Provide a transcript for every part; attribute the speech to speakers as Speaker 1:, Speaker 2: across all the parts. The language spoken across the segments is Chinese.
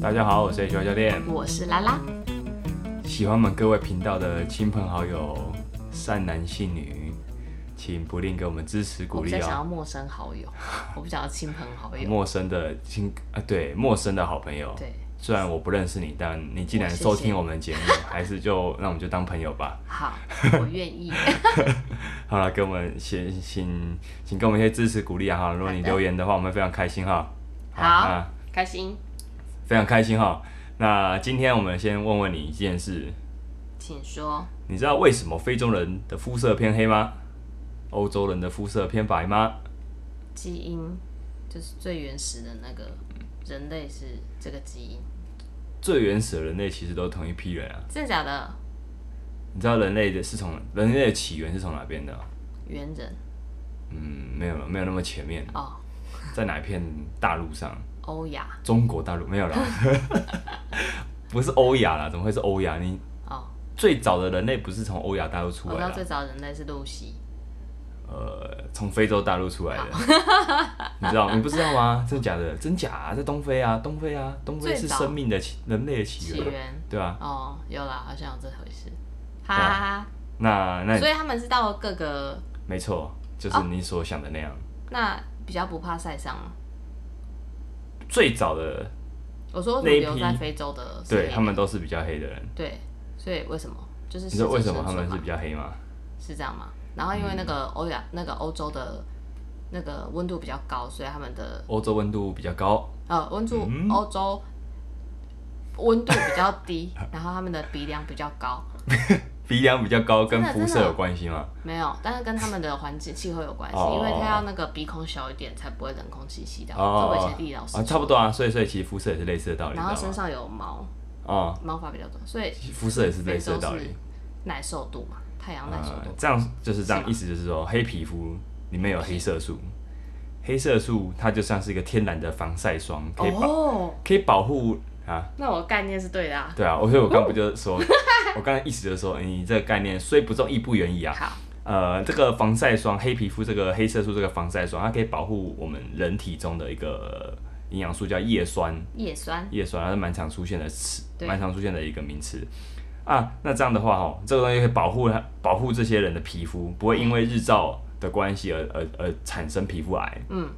Speaker 1: 大家好，我是 H Y 教练。
Speaker 2: 我是拉拉，
Speaker 1: 啊喜欢我们各位频道的亲朋好友、善男信女，请不吝给我们支持
Speaker 2: 我
Speaker 1: 鼓
Speaker 2: 比
Speaker 1: 励
Speaker 2: 较想要
Speaker 1: 哦。
Speaker 2: 陌生好 友，我不想要亲朋好友。
Speaker 1: 陌生的亲啊，对，陌生的好朋友。
Speaker 2: 对，
Speaker 1: 虽然我不认识你，但你既然
Speaker 2: 我谢谢
Speaker 1: 收听我们节目， 还是就那我们就当朋友吧。
Speaker 2: 好，我 愿意。
Speaker 1: 好了，给我们先请请给我们一些支持鼓励啊！哈，如果你
Speaker 2: 好的
Speaker 1: 留言的话，我们会非常开心哈。
Speaker 2: 好
Speaker 1: 那
Speaker 2: 开心，
Speaker 1: 非常开心哈。那今天我们先问问你一件事，
Speaker 2: 请说。
Speaker 1: 你知道为什么非洲人的肤色偏黑吗？欧洲人的肤色偏白吗？
Speaker 2: 基因就是最原始的那个，人类是这个基因，
Speaker 1: 最原始的人类其实都是同一批人啊。
Speaker 2: 真的假的？
Speaker 1: 你知道人类的是从人类的起源是从哪边的吗？
Speaker 2: 猿人
Speaker 1: 嗯，没有没有那么前面，
Speaker 2: 哦，
Speaker 1: 在哪一片大陆上？
Speaker 2: 欧亚
Speaker 1: 中国大陆没有啦， 不是欧亚啦，怎么会是欧亚？你
Speaker 2: 哦，
Speaker 1: 最早的人类不是从欧亚大陆出
Speaker 2: 我知
Speaker 1: 来
Speaker 2: 道
Speaker 1: 的
Speaker 2: 哦最，早人类是露西，
Speaker 1: 呃，从非洲大陆出来的， 你知道？你不知道吗？真的假的？真假、啊，在东非啊，东非啊，东非是
Speaker 2: 最早
Speaker 1: 生命的起人类的起
Speaker 2: 起
Speaker 1: 源，
Speaker 2: 源
Speaker 1: 对啊。
Speaker 2: 哦，有啦，好像有这回事，哈哈
Speaker 1: 那那
Speaker 2: 哈。
Speaker 1: 你
Speaker 2: 所以他哦们是到各个
Speaker 1: 没错，就是你所想的那样。
Speaker 2: 那比较不怕晒伤吗。
Speaker 1: 最早的
Speaker 2: 我说
Speaker 1: 那一
Speaker 2: 为什么留
Speaker 1: 批
Speaker 2: 在非洲的是
Speaker 1: 对
Speaker 2: 黑
Speaker 1: 他们都是比较黑的人，
Speaker 2: 对，所以为什么就是
Speaker 1: 你知道为什么
Speaker 2: 适者
Speaker 1: 他
Speaker 2: 生
Speaker 1: 们
Speaker 2: 存
Speaker 1: 是嗯
Speaker 2: 嘛
Speaker 1: 比较黑吗？
Speaker 2: 是这样吗？然后因为那个欧亚、那个欧洲的那个温度比较高，所以他们的
Speaker 1: 欧洲温度比较高，
Speaker 2: 呃温度
Speaker 1: 嗯
Speaker 2: 欧洲温度比较低， 然后他们的鼻梁比较高，
Speaker 1: 鼻梁比较高，跟
Speaker 2: 真的
Speaker 1: 肤
Speaker 2: 真
Speaker 1: 色
Speaker 2: 的
Speaker 1: 有关系吗？
Speaker 2: 没有，但是跟他们的环境气候有关系，
Speaker 1: 哦
Speaker 2: 因为他要那个鼻孔小一点，才不会冷空气吸到。这我以前地理老师
Speaker 1: 啊，差不
Speaker 2: 说
Speaker 1: 多啊，所以所以其实肤色也是类似的道理，
Speaker 2: 然后
Speaker 1: 你知道
Speaker 2: 身
Speaker 1: 吗？
Speaker 2: 上有毛，
Speaker 1: 哦，
Speaker 2: 毛发比较多，所以
Speaker 1: 其实肤色也是类似的道
Speaker 2: 非
Speaker 1: 理
Speaker 2: 洲。耐受度嘛，太阳耐受
Speaker 1: 呃
Speaker 2: 度，，
Speaker 1: 这样就是这样
Speaker 2: 是，吗
Speaker 1: 意思就是说，黑皮肤里面有黑色素，黑色素它就像是一个天然的防晒霜，可以保
Speaker 2: 哦，
Speaker 1: 可以保护啊，
Speaker 2: 那我的概念是对的啊。
Speaker 1: 对啊，我所以我刚不就是说，我刚才意思就是说，嗯你这个概念虽不中亦不远矣啊。
Speaker 2: 好，
Speaker 1: 呃，这个防晒霜，黑皮肤这个黑色素这个防晒霜，它可以保护我们人体中的一个营养素叫叶酸，
Speaker 2: 叶酸
Speaker 1: 叶酸它是蛮常出现的词，
Speaker 2: 对
Speaker 1: 蛮常出现的一个名词啊。那这样的话哦，这个东西可以保护它，保护这些人的皮肤不会因为日照的关系而而而产生皮肤癌。
Speaker 2: 嗯。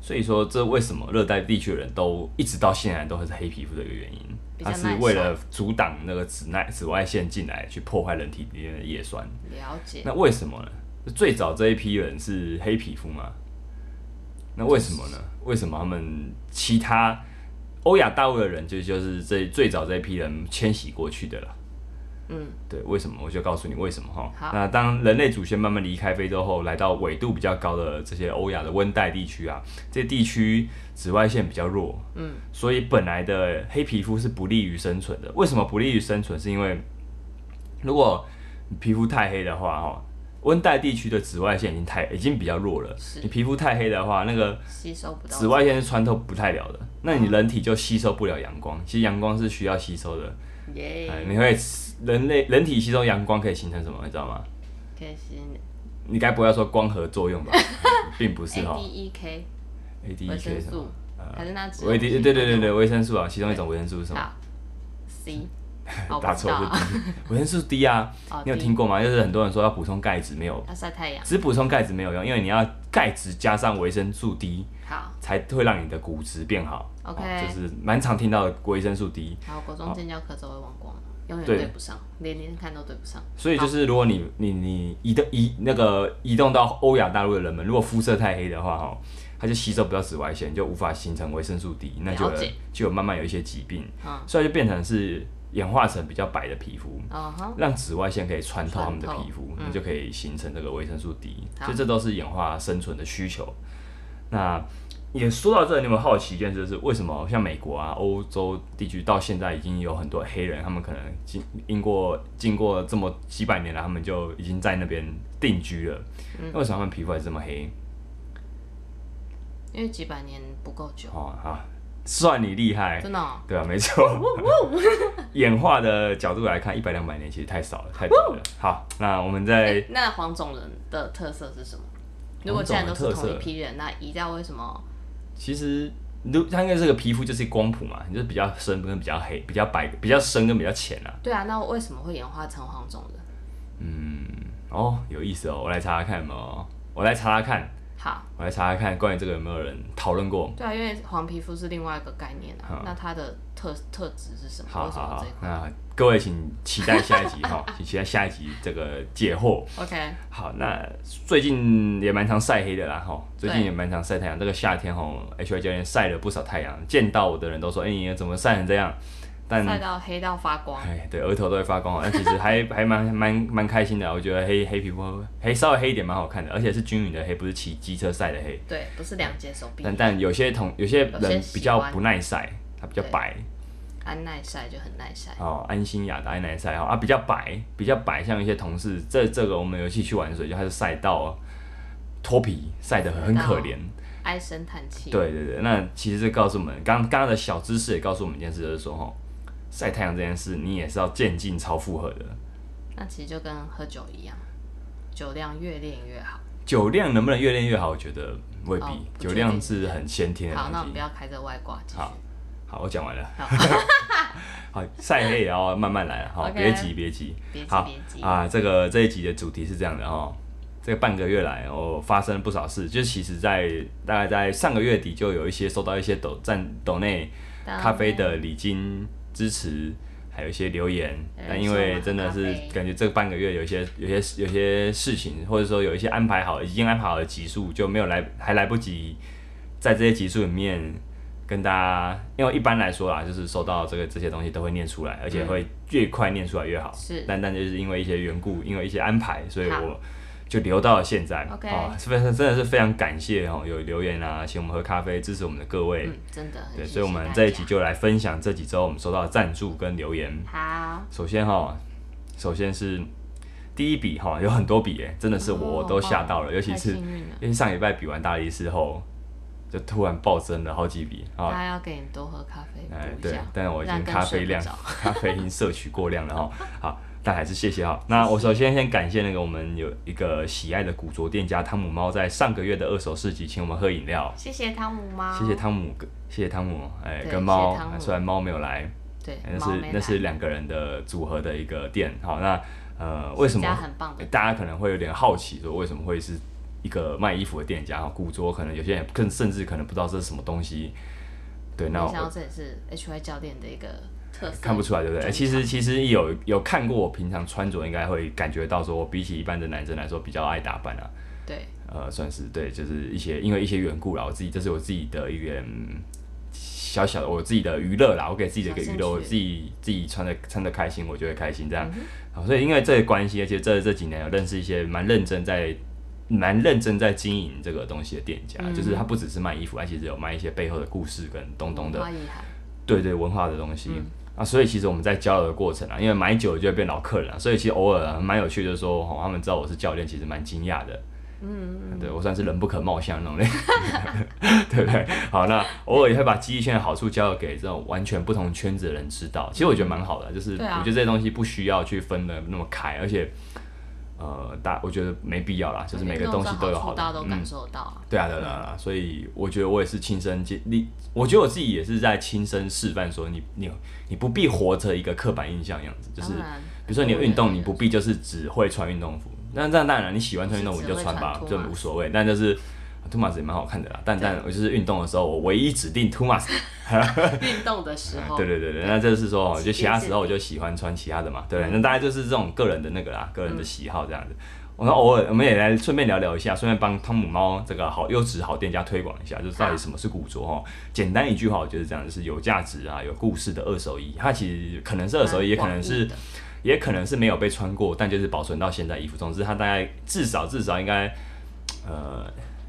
Speaker 1: 所以说，这为什么热带地区的人都一直到现在都是黑皮肤的一个原因，
Speaker 2: 比较
Speaker 1: 它
Speaker 2: 耐
Speaker 1: 是为了阻挡那个紫外紫外线进来，去破坏人体里面的叶酸。
Speaker 2: 了解，
Speaker 1: 那为什么呢？最早这一批人是黑皮肤吗？那为什么呢？为什么他们其他欧亚大陆的人就就是这最早这一批人迁徙过去的了？
Speaker 2: 嗯，
Speaker 1: 对，为什么？我就告诉你为什么哈
Speaker 2: 好。
Speaker 1: 那当人类祖先慢慢离开非洲后，来到纬度比较高的这些欧亚的温带地区啊，这些地区紫外线比较弱，
Speaker 2: 嗯，
Speaker 1: 所以本来的黑皮肤是不利于生存的。为什么不利于生存？是因为如果你皮肤太黑的话，哈，温带地区的紫外线已经太已经比较弱了
Speaker 2: 是。
Speaker 1: 你皮肤太黑的话，那个
Speaker 2: 吸收不到
Speaker 1: 紫外线是穿透不太了的，那你人体就吸收不了阳光。其实阳光是需要吸收的，
Speaker 2: 耶，
Speaker 1: 哎，你会人类人体吸收阳光可以形成什么？你知道吗？
Speaker 2: 开心
Speaker 1: 你该不会要说光合作用吧？ 并不是
Speaker 2: A
Speaker 1: 哈
Speaker 2: D E K
Speaker 1: ，A D
Speaker 2: 维
Speaker 1: E
Speaker 2: 生
Speaker 1: K 什么
Speaker 2: 素？还是那只
Speaker 1: 维 D 对对对对维生素啊，其中一种维生素是什么？
Speaker 2: 好 C，
Speaker 1: 打
Speaker 2: 哦我不知
Speaker 1: 错是
Speaker 2: 道啊
Speaker 1: D，维生素 D 啊，
Speaker 2: 哦
Speaker 1: 你有
Speaker 2: D
Speaker 1: 听过吗？就是很多人说要补充钙质没有，
Speaker 2: 要晒太阳，
Speaker 1: 只补充钙质没有用，因为你要钙质加上维生素 D
Speaker 2: 好，
Speaker 1: 才会让你的骨质变好。哦
Speaker 2: OK
Speaker 1: 就是蛮常听到的维生素 D，
Speaker 2: 然后国中建教课都会忘光，永远
Speaker 1: 对
Speaker 2: 对不上，连连看都对不上，
Speaker 1: 所以就是如果你你你移动移那个移动到欧亚大陆的人们，如果肤色太黑的话，哈，它就吸收不到紫外线，就无法形成维生素 D，那就有
Speaker 2: 了解
Speaker 1: 就有慢慢有一些疾病，
Speaker 2: 嗯，
Speaker 1: 所以就变成是演化成比较白的皮肤。
Speaker 2: 哦哈，
Speaker 1: 让紫外线可以穿透他们的
Speaker 2: 穿透
Speaker 1: 皮肤，
Speaker 2: 嗯
Speaker 1: 那就可以形成这个维生素 D，
Speaker 2: 好
Speaker 1: 所以这都是演化生存的需求。那也说到这，你有没有好奇一件事，就是为什么像美国啊、欧洲地区到现在已经有很多黑人，他们可能经经过经过这么几百年来，他们就已经在那边定居了。
Speaker 2: 嗯
Speaker 1: 那为什么他们皮肤还是这么黑？
Speaker 2: 因为几百年不够久，
Speaker 1: 哦啊，算你厉害，
Speaker 2: 真的哦，
Speaker 1: 对啊，没错。演化的角度来看，一百两百年其实太少了，太短了。好，那我们在
Speaker 2: 诶那黄种人的特色是什么？如果
Speaker 1: 黄
Speaker 2: 既
Speaker 1: 种
Speaker 2: 然
Speaker 1: 人
Speaker 2: 都
Speaker 1: 的
Speaker 2: 是
Speaker 1: 特色
Speaker 2: 同一批人，那移到为什么
Speaker 1: 其实你都它应该这个皮肤就是光谱嘛，你就是比较深跟比较黑，比较白，比较深跟比较浅啊。
Speaker 2: 对啊，那为什么会演化成黄种人？
Speaker 1: 哦，有意思哦，我来查查看有没有，我来查查看，
Speaker 2: 好，
Speaker 1: 我来查查看关于这个有没有人讨论过。
Speaker 2: 对啊，因为黄皮肤是另外一个概念啊
Speaker 1: 好，
Speaker 2: 那它的特特质是什么？
Speaker 1: 好
Speaker 2: 为什
Speaker 1: 好
Speaker 2: 么
Speaker 1: 好
Speaker 2: 这一，块
Speaker 1: 那各位请期待下一集 哈，请期待下一集这个解惑。
Speaker 2: ？OK，
Speaker 1: 好，那最近也蛮常晒黑的啦哈，最近
Speaker 2: 对
Speaker 1: 也蛮常晒太阳。这个夏天哈，H Y 教练晒了不少太阳，见到我的人都说，哎、你怎么晒成这样？但
Speaker 2: 晒到黑到发光，
Speaker 1: 哎，对，额头都会发光哦，但其实还还蛮蛮蛮开心的啊。我觉得黑黑皮肤黑稍微黑一点蛮好看的，而且是均匀的黑，不是骑机车晒的黑。
Speaker 2: 对，不是两节手臂，
Speaker 1: 但但有些同有些
Speaker 2: 有些
Speaker 1: 人
Speaker 2: 喜
Speaker 1: 比较
Speaker 2: 欢
Speaker 1: 不耐晒，他比较
Speaker 2: 对
Speaker 1: 白
Speaker 2: 安耐晒就很耐晒。
Speaker 1: 哦，安心亚的安耐晒哦啊，比较白比较白，像一些同事这这个我们游戏去玩水，就他是晒到脱皮，晒得很很可怜。
Speaker 2: 唉声叹气。，
Speaker 1: 对对对，那其实这告诉我们，刚刚刚的小知识也告诉我们一件事，就是说哈，吼晒太阳这件事你也是要渐进超负荷的。
Speaker 2: 那其实就跟喝酒一样，酒量越练越好。
Speaker 1: 酒量能不能越练越好，我觉得未必。
Speaker 2: 哦不确定
Speaker 1: 酒量是很先天的
Speaker 2: 好，那我
Speaker 1: 东
Speaker 2: 们不
Speaker 1: 西。
Speaker 2: 要开这外挂，继续。
Speaker 1: 好好，我讲完了。 好，晒黑也要慢慢来，啊好，
Speaker 2: OK
Speaker 1: 别急，别急。
Speaker 2: 别急
Speaker 1: 好
Speaker 2: 别急，
Speaker 1: 啊，这个这一集的主题是这样的哦。这个半个月来，我、发生了不少事，就其实在大概在上个月底，就有一些收到一些抖赞抖内
Speaker 2: 当
Speaker 1: 咖啡的礼金支持，还有一些留言。
Speaker 2: 嗯
Speaker 1: 但因为真的
Speaker 2: 送我
Speaker 1: 是
Speaker 2: 们咖啡
Speaker 1: 感觉这半个月有一些、有些、有些事情，或者说有一些安排好、已经安排好的集数，就没有来，还来不及在这些集数里面跟大家。因为一般来说啦，就是收到这个这些东西都会念出来，而且会越快念出来越好。
Speaker 2: 是
Speaker 1: 但但就是因为一些缘故，因为一些安排，所以
Speaker 2: 好
Speaker 1: 我。就留到了现在
Speaker 2: OK
Speaker 1: 哦，是非常真的是非常感谢哦，有留言啊，请我们喝咖啡支持我们的各位，
Speaker 2: 嗯，真的很
Speaker 1: 对，
Speaker 2: 谢谢
Speaker 1: 所以我们
Speaker 2: 大家
Speaker 1: 这一集就来分享这几周我们收到的赞助跟留言。
Speaker 2: 好，
Speaker 1: 首先哈，首先是第一笔哈，有很多笔哎，真的是我
Speaker 2: 哦
Speaker 1: 都吓到了，
Speaker 2: 哇
Speaker 1: 尤其是
Speaker 2: 太幸运了，
Speaker 1: 因为上礼拜比完大力士后，就突然暴增了好几笔
Speaker 2: 大
Speaker 1: 啊。
Speaker 2: 家要给你多喝咖啡
Speaker 1: 哎，
Speaker 2: 补一
Speaker 1: 对
Speaker 2: 下，，
Speaker 1: 但我已
Speaker 2: 让
Speaker 1: 经
Speaker 2: 更
Speaker 1: 咖啡
Speaker 2: 睡不
Speaker 1: 量、
Speaker 2: 着
Speaker 1: 咖啡因摄取过量了 哈。好，但还是谢谢哈。那我首先先感谢那个我们有一个喜爱的古着店家汤姆猫，在上个月的二手市集请我们喝饮料，
Speaker 2: 谢谢汤姆猫，
Speaker 1: 谢谢汤姆，谢谢汤姆，哎，
Speaker 2: 对
Speaker 1: 跟猫
Speaker 2: 谢谢汤，姆
Speaker 1: 虽然猫没有来，哎
Speaker 2: 对，
Speaker 1: 那
Speaker 2: 猫
Speaker 1: 是
Speaker 2: 没
Speaker 1: 那是
Speaker 2: 来
Speaker 1: 两个人的组合的一个店。好，那呃，为什
Speaker 2: 是一家
Speaker 1: 么
Speaker 2: 很棒的
Speaker 1: 大家可能会有点好奇，说为什么会是一个卖衣服的店家？哈，古着可能有些人更甚至可能不知道这是什么东西。对，
Speaker 2: 没
Speaker 1: 那
Speaker 2: 想到
Speaker 1: 我
Speaker 2: 这也是 HY 教练的一个特色，
Speaker 1: 看不出来，对不对？哎
Speaker 2: 专
Speaker 1: 其实其实有有看过我平常穿着，应该会感觉到说，我比起一般的男生来说比较爱打扮啊。
Speaker 2: 对，
Speaker 1: 呃，算是对，就是一些因为一些缘故啦，我自己这是我自己的一点嗯小小的我自己的娱乐啦，我给自己的一个娱
Speaker 2: 小
Speaker 1: 乐，
Speaker 2: 兴
Speaker 1: 我
Speaker 2: 趣
Speaker 1: 自己自己穿的穿的开心，我就会开心这样
Speaker 2: 嗯。
Speaker 1: 好，所以因为这个关系，而且这这几年有认识一些蛮认真在蛮认真在经营这个东西的店家，
Speaker 2: 嗯
Speaker 1: 就是他不只是卖衣服，他其实有卖一些背后的故事跟东东的
Speaker 2: 花艺涵
Speaker 1: 对对文化的东西、
Speaker 2: 嗯
Speaker 1: 啊，所以其实我们在交流的过程啊，因为买久了就会变老客人了、所以其实偶尔啊蛮、有趣的说、哦，他们知道我是教练，其实蛮惊讶的。嗯，对我算是人不可貌相那种类， 对不对？好，那偶尔也会把记忆圈的好处交流给这种完全不同圈子的人知道。其实我觉得蛮好的，就是我
Speaker 2: 对啊
Speaker 1: 觉得这些东西不需要去分的那么开，而且呃，大我觉得没必要啦，就是每个
Speaker 2: 运动
Speaker 1: 东西
Speaker 2: 上
Speaker 1: 都有
Speaker 2: 好
Speaker 1: 好的，
Speaker 2: 处大家都
Speaker 1: 嗯
Speaker 2: 感受到啊，
Speaker 1: 对啊，对啊，对啊，所以我觉得我也是亲身经历，我觉得我自己也是在亲身示范说你，你你不必活着一个刻板印象样子，就是
Speaker 2: 当然
Speaker 1: 比如说你有运动，你不必就是只会穿运动服，那那当然你喜欢穿运动服你就穿吧，
Speaker 2: 是只
Speaker 1: 就
Speaker 2: 会穿 Pumas
Speaker 1: 无所谓，但就是。t u m a s 也蛮好看的啦，但但我就是运动的时候，我唯一指定 t u m a s
Speaker 2: 运动的时
Speaker 1: 嗯
Speaker 2: 候，
Speaker 1: 对对对对，那就是说，哦就其他时候我
Speaker 2: 也
Speaker 1: 就喜欢穿其他的嘛，对不对？那大概就是这种个人的那个啦，个人的喜好这样子。我们偶尔我们也来顺便聊聊一下，顺便帮汤姆猫这个好优质好店家推广一下，就是到底什么是古着哦。简单一句话，我觉得这样就是有价值啊，有故事的二手衣，它其实可能是二手衣，也可能是
Speaker 2: 蛮广义的
Speaker 1: 也可能是没有被穿过，但就是保存到现在衣服。总之，它大概至少至少应该，呃，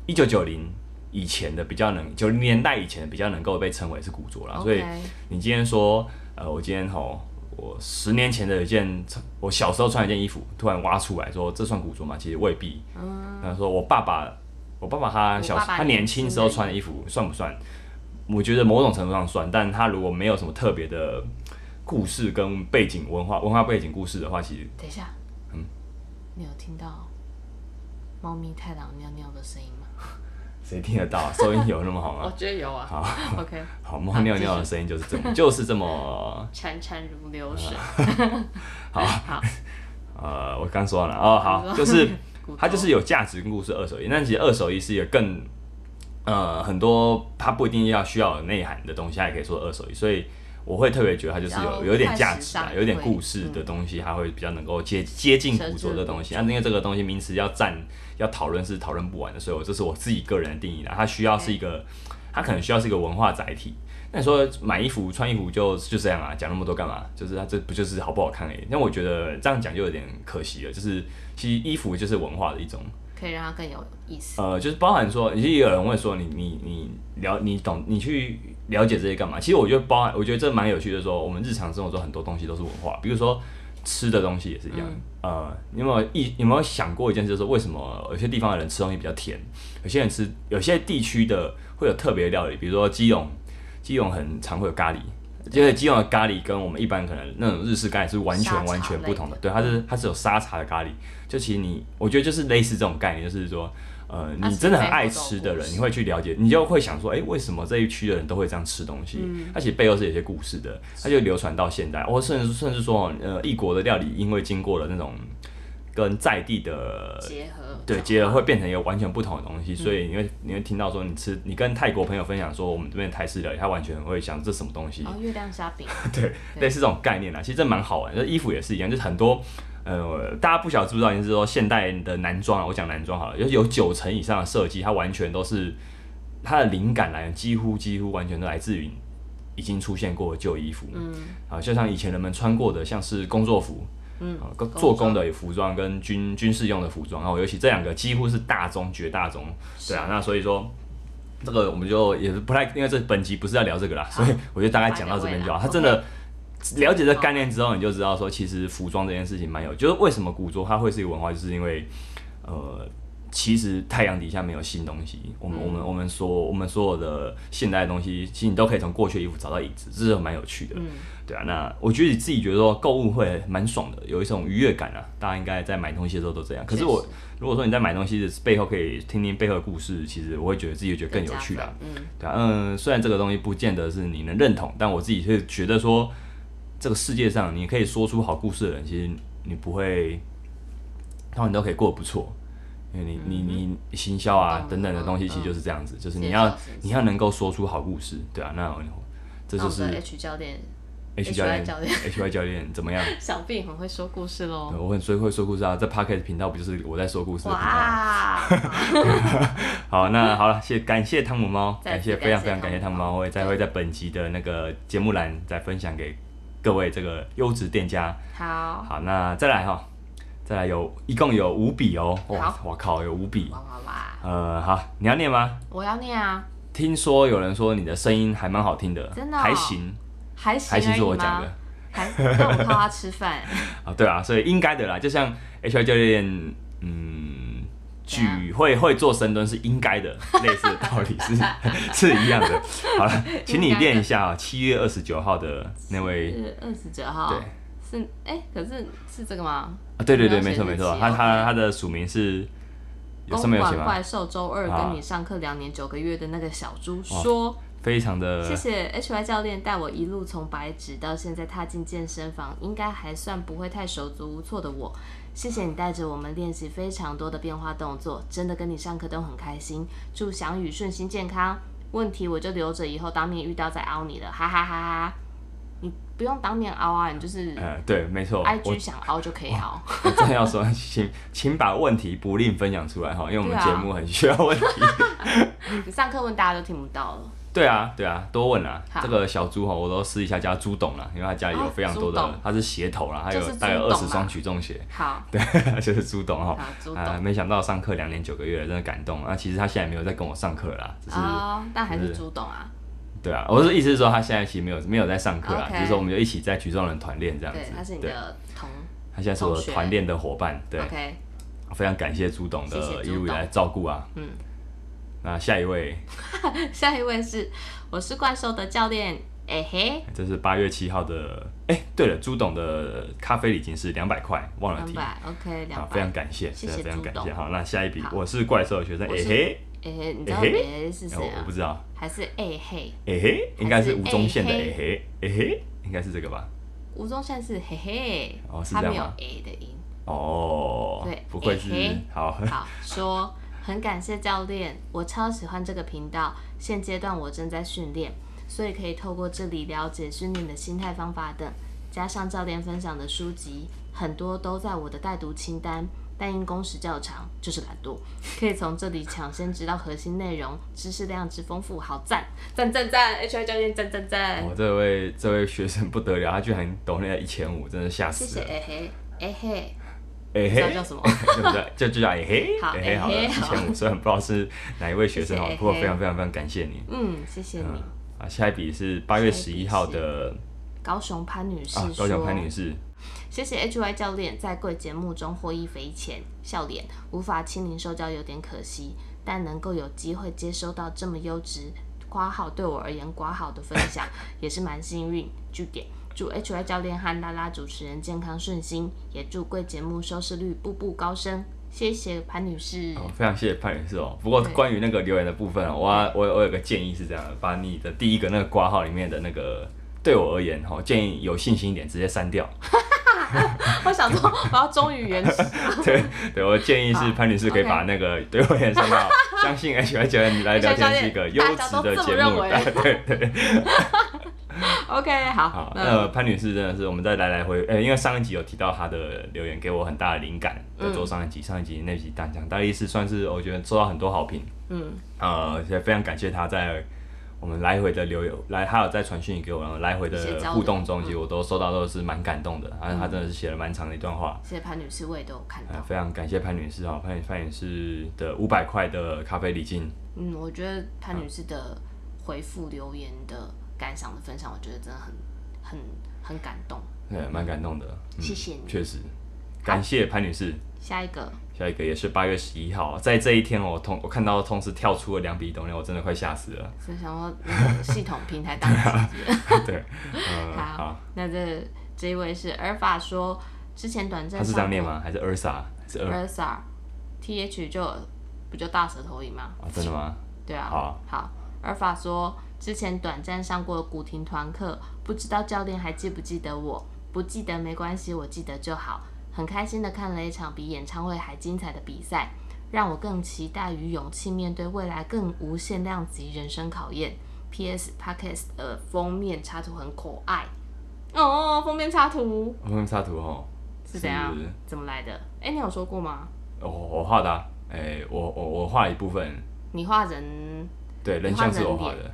Speaker 1: 一九九零以前的比较能九零年代以前的比较能够被称为是古着啊啦。所以
Speaker 2: OK
Speaker 1: 你今天说，呃，我今天吼，我十年前的有一件，我小时候穿一件衣服，突然挖出来说这算古着吗？其实未必。嗯。他说我爸爸，我爸爸他
Speaker 2: 我
Speaker 1: 小
Speaker 2: 爸爸
Speaker 1: 他年
Speaker 2: 年
Speaker 1: 轻
Speaker 2: 轻
Speaker 1: 时候
Speaker 2: 的
Speaker 1: 穿的衣服算不算？我觉得某种程度上算，但他如果没有什么特别的故事跟背景文化文化背景故事的话，其实
Speaker 2: 等一下，
Speaker 1: 嗯
Speaker 2: 你有听到猫咪太郎尿尿的声音吗？
Speaker 1: 谁听得到、啊？收音有那么好
Speaker 2: 我
Speaker 1: 吗？
Speaker 2: 觉得有啊。
Speaker 1: 好
Speaker 2: OK，
Speaker 1: 好，猫尿尿的声啊音就是这么，就是这么，
Speaker 2: 潺潺如流水。
Speaker 1: 啊呃，我刚说完了哦，好， 就是。它就是有价值故事二手衣，但其实二手衣是一个更呃很多，它不一定要需要有内涵的东西，它也可以说二手衣，所以我会特别觉得它就是
Speaker 2: 比较
Speaker 1: 有有点价值
Speaker 2: 快时
Speaker 1: 啊，
Speaker 2: 尚
Speaker 1: 有点故事的东西，它会比较能够接接近古着的东西。但
Speaker 2: 甚至古着
Speaker 1: 是因为这个东西名词要占要讨论是讨论不完的，所以我这是我自己个人的定义啦，它需要是一个，它可能需要是一个文化载体。那你说买衣服、穿衣服就就这样啊，讲那么多干嘛？就是它这不就是好不好看而已。但我觉得这样讲就有点可惜了，就是其实衣服就是文化的一种，
Speaker 2: 可以让它更有意思。
Speaker 1: 呃，就是包含说，其实也有人会说你你你了你懂你去了解这些干嘛？其实我觉得包含，我觉得这蛮有趣的，就是说我们日常生活中很多东西都是文化，比如说吃的东西也是一样。
Speaker 2: 嗯
Speaker 1: 呃，你有没有意有没有想过一件事，就是说为什么有些地方的人吃东西比较甜，有些人吃有些地区的会有特别料理，比如说基隆，基隆很常会有咖喱。因为基隆的咖喱跟我们一般可能那种日式咖喱是完
Speaker 2: 沙茶
Speaker 1: 全完全
Speaker 2: 类嗯
Speaker 1: 不同的，对，它是它是有沙茶的咖喱，就其实你我觉得就是类似这种概念，就是说呃，
Speaker 2: 它
Speaker 1: 你
Speaker 2: 是
Speaker 1: 真的很
Speaker 2: 背后
Speaker 1: 爱
Speaker 2: 的
Speaker 1: 吃
Speaker 2: 故
Speaker 1: 的人，
Speaker 2: 事
Speaker 1: 你会去了解，你就会想说，哎、为什么这一区的人都会这样吃东西？
Speaker 2: 嗯
Speaker 1: 它其实背后是有些故事的，它就流传到现在，或、甚至甚至说，呃，异国的料理因为经过了那种跟在地的
Speaker 2: 结合
Speaker 1: 呃
Speaker 2: 嗯
Speaker 1: 对，结合会变成一个完全不同的东西，所以你会你会听到说，你吃你跟泰国朋友分享说我们这边的台式料理，他完全会想这是什么东西，
Speaker 2: 然后哦月亮虾饼，
Speaker 1: 对，类似这种概念啦，其实这蛮好玩的。就是衣服也是一样，就是很多呃，大家不晓得知不知道，就是说现代的男装啊，我讲男装好了，有有九成以上的设计，它完全都是它的灵感来源，几乎几乎完全都来自于已经出现过的旧衣服。
Speaker 2: 嗯，
Speaker 1: 啊，就像以前人们穿过的，像是工作服，
Speaker 2: 嗯
Speaker 1: 啊，工
Speaker 2: 工
Speaker 1: 做工的服装跟军军事用的服装，然后尤其这两个几乎是大宗绝大宗， 对啊，那所以说。这个我们就也是不太，因为这本集不是要聊这个啦，所以我就大概讲到这边就好。
Speaker 2: 好
Speaker 1: 他真的了解这个概念之后，你就知道说，其实服装这件事情蛮有，就是为什么古着它会是一个文化，就是因为呃，其实太阳底下没有新东西。我们、我们我们所我们所有的现代的东西，其实你都可以从过去的衣服找到影子，这是蛮有趣的。
Speaker 2: 嗯
Speaker 1: 对啊，那我觉得你自己觉得说购物会蛮爽的，有一种愉悦感啊。大家应该在买东西的时候都这样。可是我
Speaker 2: 确实
Speaker 1: 如果说你在买东西的背后可以听听背后的故事，其实我会觉得自己觉得更有趣啦。
Speaker 2: 更加分。嗯，
Speaker 1: 对啊，嗯，虽然这个东西不见得是你能认同，但我自己是觉得说，这个世界上你可以说出好故事的人，其实你不会，他们都可以过得不错，因为你、你你行销啊
Speaker 2: 嗯懂
Speaker 1: 等等的东西，
Speaker 2: 嗯
Speaker 1: 其实就是这样子，就是
Speaker 2: 介
Speaker 1: 你
Speaker 2: 绍
Speaker 1: 要
Speaker 2: 信息
Speaker 1: 你要能够说出好故事，对啊，那我这
Speaker 2: 那
Speaker 1: 就
Speaker 2: 我们
Speaker 1: 是
Speaker 2: 的 H 教练
Speaker 1: H 教
Speaker 2: HY
Speaker 1: 练
Speaker 2: 教 哦
Speaker 1: H Y 教练怎么样？
Speaker 2: 想必很会说故事喽。
Speaker 1: 我很最会说故事啊，这 p o c k e t 频道不就是我在说故事的频道吗？啊
Speaker 2: 哇，
Speaker 1: 好，那好了，谢感谢汤姆猫，
Speaker 2: 再
Speaker 1: 感
Speaker 2: 次
Speaker 1: 谢非常非常
Speaker 2: 感
Speaker 1: 感
Speaker 2: 谢
Speaker 1: 谢汤
Speaker 2: 汤姆
Speaker 1: 姆
Speaker 2: 猫
Speaker 1: 猫，我也再会在本集的那个节目栏再分享给各位这个优质店家。
Speaker 2: 好，
Speaker 1: 好，那再来哈，再来有一共有五笔哦，哇
Speaker 2: 好，
Speaker 1: 我靠，有五笔。
Speaker 2: 哇哇哇，
Speaker 1: 呃，好，你要念吗？
Speaker 2: 我要念啊，
Speaker 1: 听说有人说你的声音还蛮好听的，
Speaker 2: 真的哦
Speaker 1: 还行，
Speaker 2: 还行
Speaker 1: 还行
Speaker 2: 而已
Speaker 1: 是我讲的
Speaker 2: 吗？还那我靠他吃饭，
Speaker 1: 啊，对啊，所以应该的啦，就像 H Y 教练，嗯，
Speaker 2: 怎样
Speaker 1: 举会会做深蹲是应该 的，类似的道理是 是一样的。好 了，请你练一下啊，七月二十九号的那位，
Speaker 2: 是二十九号
Speaker 1: 对，
Speaker 2: 是哎，可是是这个吗？
Speaker 1: 啊，对对对，没
Speaker 2: 没有写
Speaker 1: 错没错
Speaker 2: 日，期
Speaker 1: 他
Speaker 2: OK
Speaker 1: 他他的署名是有上
Speaker 2: 公
Speaker 1: 面有写
Speaker 2: 馆
Speaker 1: 吗？
Speaker 2: 怪兽周二
Speaker 1: 啊
Speaker 2: 跟你上课两年九个月的那个小猪说，
Speaker 1: 非常的
Speaker 2: 谢谢 HY 教练带我一路从白纸到现在踏进健身房，应该还算不会太手足无措的我。谢谢你带着我们练习非常多的变化动作，真的跟你上课都很开心。祝翔宇顺心健康，问题我就留着以后当面遇到再凹你了，哈哈哈哈！你不用当面凹啊，你就是
Speaker 1: 呃，对，没错，我
Speaker 2: IG 想凹就可以凹。
Speaker 1: 我真的要说，请请把问题不吝分享出来哈，因为我们
Speaker 2: 对啊
Speaker 1: 节目很需要问题。
Speaker 2: 你上课问大家都听不到了，
Speaker 1: 对啊，对啊，多问啊
Speaker 2: 好。
Speaker 1: 这个小猪哈，我都私底下叫他猪董啦，因为他家里有非常多的，
Speaker 2: 哦猪董
Speaker 1: 他是鞋头啦，他有
Speaker 2: 就是猪
Speaker 1: 大概
Speaker 2: 董
Speaker 1: 二
Speaker 2: 嘛
Speaker 1: 十双举重鞋，
Speaker 2: 好，
Speaker 1: 对，就是猪董哈
Speaker 2: 好。，朱董。
Speaker 1: 啊，没想到上课两年九个月了，真的感动。啊，其实他现在没有在跟我上课啦，只是、
Speaker 2: 啊、但还
Speaker 1: 只
Speaker 2: 是
Speaker 1: 是
Speaker 2: 朱董啊，
Speaker 1: 对啊，我是意思是说他现在其实没有没有在上课啦
Speaker 2: OK
Speaker 1: 只是说我们就一起在举重人团练这样子
Speaker 2: 对，。他是你
Speaker 1: 对，
Speaker 2: 的同
Speaker 1: 他现在是我的
Speaker 2: 同学
Speaker 1: 团练的伙伴，对
Speaker 2: OK，
Speaker 1: 非常感谢朱董
Speaker 2: 谢谢
Speaker 1: 的
Speaker 2: 朱
Speaker 1: 一路以
Speaker 2: 董
Speaker 1: 来照顾啊。
Speaker 2: 嗯，
Speaker 1: 那下一位，
Speaker 2: 下一位是我是怪兽的教练，哎、嘿，
Speaker 1: 这是八月七号的，哎、对了，朱董的咖啡礼金是两百块，忘了
Speaker 2: 两
Speaker 1: 提。
Speaker 2: 百，OK，
Speaker 1: 好
Speaker 2: 两，
Speaker 1: 非常
Speaker 2: 百，
Speaker 1: 感谢，
Speaker 2: 谢
Speaker 1: 真的
Speaker 2: 谢
Speaker 1: 非常
Speaker 2: 朱
Speaker 1: 感
Speaker 2: 董
Speaker 1: 谢。好，那下一笔
Speaker 2: 好
Speaker 1: 我是怪兽的学生，
Speaker 2: 我
Speaker 1: 哎、
Speaker 2: 是
Speaker 1: 嘿，
Speaker 2: 诶、你知道
Speaker 1: 诶嘿
Speaker 2: 诶、是
Speaker 1: 哎
Speaker 2: 谁
Speaker 1: 我我
Speaker 2: 啊
Speaker 1: 不？知道，
Speaker 2: 还是诶嘿？
Speaker 1: 诶嘿，应该是
Speaker 2: 还是
Speaker 1: 吴宗宪的
Speaker 2: 哎嘿
Speaker 1: 诶嘿，诶嘿，应该是这个吧？
Speaker 2: 吴宗宪是嘿嘿，
Speaker 1: 哦是
Speaker 2: 他
Speaker 1: 这样
Speaker 2: 没有
Speaker 1: 吗
Speaker 2: 诶的音。
Speaker 1: 哦
Speaker 2: 对，
Speaker 1: 不愧是
Speaker 2: 哎嘿
Speaker 1: 好，
Speaker 2: 好，说很感谢教练，我超喜欢这个频道。现阶段我正在训练，所以可以透过这里了解训练的心态方法等，加上教练分享的书籍，很多都在我的待读清单。但因工时较长，就是懒惰，可以从这里抢先知道核心内容，知识量之丰富，好赞赞赞赞！HR 教练赞赞赞！
Speaker 1: 我哦这位这位学生不得了，他居然抖那一千五，真的吓
Speaker 2: 谢
Speaker 1: 死
Speaker 2: 谢，
Speaker 1: 了。
Speaker 2: 哎嘿，哎嘿，
Speaker 1: 诶
Speaker 2: 不知道
Speaker 1: 嘿
Speaker 2: 叫，什么？
Speaker 1: 对不对？就就叫诶嘿，
Speaker 2: 好
Speaker 1: 诶嘿好了，
Speaker 2: 哎
Speaker 1: 一
Speaker 2: 嘿好
Speaker 1: 千五，虽然不知道是哪一位学生
Speaker 2: 谢谢
Speaker 1: 哦
Speaker 2: 哎，
Speaker 1: 不过
Speaker 2: 嘿
Speaker 1: 非常非常非常感谢你。
Speaker 2: 嗯，谢谢你
Speaker 1: 嗯。啊，下一笔是八月
Speaker 2: 下
Speaker 1: 十
Speaker 2: 一笔
Speaker 1: 一
Speaker 2: 是
Speaker 1: 号的
Speaker 2: 高雄潘女士
Speaker 1: 啊
Speaker 2: 说，，
Speaker 1: 高雄潘女士，
Speaker 2: 谢谢 HY 教练在贵节目中获益匪浅，笑脸无法亲临受教有点可惜，但能够有机会接收到这么优质挂号对我而言挂号的分享， 也是蛮幸运。据点祝 HY 教练和拉拉主持人健康顺心，也祝贵节目收视率步步高升。谢谢潘女士。
Speaker 1: 哦，非常谢谢潘女士哦。不过
Speaker 2: 对
Speaker 1: 关于那个留言的部分哦，我我我有个建议是这样的，把你的第一个那个挂号里面的那个。对我而言，哈，建议有信心一点，直接删掉。
Speaker 2: 我想说，我要忠于原 始。
Speaker 1: 对，对我建议是
Speaker 2: 好
Speaker 1: 潘女士可以
Speaker 2: OK
Speaker 1: 把那个对我而言删掉。相信 H Y 教练来聊天是一个优质的节
Speaker 2: 大家
Speaker 1: 目
Speaker 2: 都这么认，为
Speaker 1: 对对。
Speaker 2: OK，好，
Speaker 1: 好，
Speaker 2: 那
Speaker 1: 那潘女士真的是，我们再来来回，呃、因为上一集有提到她的留言，给我很大的灵感。在做上一集，上一集那集大讲大力士算是我觉得收到很多好评，
Speaker 2: 嗯，
Speaker 1: 呃，也非常感谢她在我们来回的留言，来还有在传讯息给我，然后来回的
Speaker 2: 一些交流
Speaker 1: 互动中，其实我都收到都是蛮感动的，而且她真的是写了蛮长的一段话。
Speaker 2: 谢谢潘女士，我也都有看到
Speaker 1: 呃。非常感谢潘女士啊、哦，潘潘女士的五百块的咖啡礼金，
Speaker 2: 嗯，我觉得潘女士的回复留言的感想的分享，我觉得真的很很很感动。
Speaker 1: 对，呃蛮感动的。嗯
Speaker 2: 谢谢你
Speaker 1: 确实，感谢潘女士。
Speaker 2: 下一个，
Speaker 1: 下一个也是八月十一号，在这一天哦我同我看到同时跳出了两笔抖内，我真的快吓死了。
Speaker 2: 所以想说 那个系统平台当机。
Speaker 1: 啊对，嗯、
Speaker 2: 好
Speaker 1: 好，
Speaker 2: 那这这一位是尔法说，之前短暂
Speaker 1: 他是这样念吗？还是 Ursa？是 Ur？
Speaker 2: 尔萨 T H 就不就大舌头音吗？
Speaker 1: 啊，真的吗？
Speaker 2: 对啊。
Speaker 1: 好啊
Speaker 2: 好，尔法说之前短暂上过古亭团课，不知道教练还记不记得我？不记得没关系，我记得就好。很开心的看了一场比演唱会还精彩的比赛，让我更期待与勇气面对未来更无限量级人生考验。P.S. Podcast 的封面插图很可爱哦，封面插图
Speaker 1: 我们插图哦，
Speaker 2: 是怎样？怎么来的？哎、你有说过吗？
Speaker 1: 我我画的、啊，哎、我我我画了一部分，
Speaker 2: 你画人，
Speaker 1: 对，人
Speaker 2: 你画
Speaker 1: 像是
Speaker 2: 人
Speaker 1: 我画
Speaker 2: 脸
Speaker 1: 的，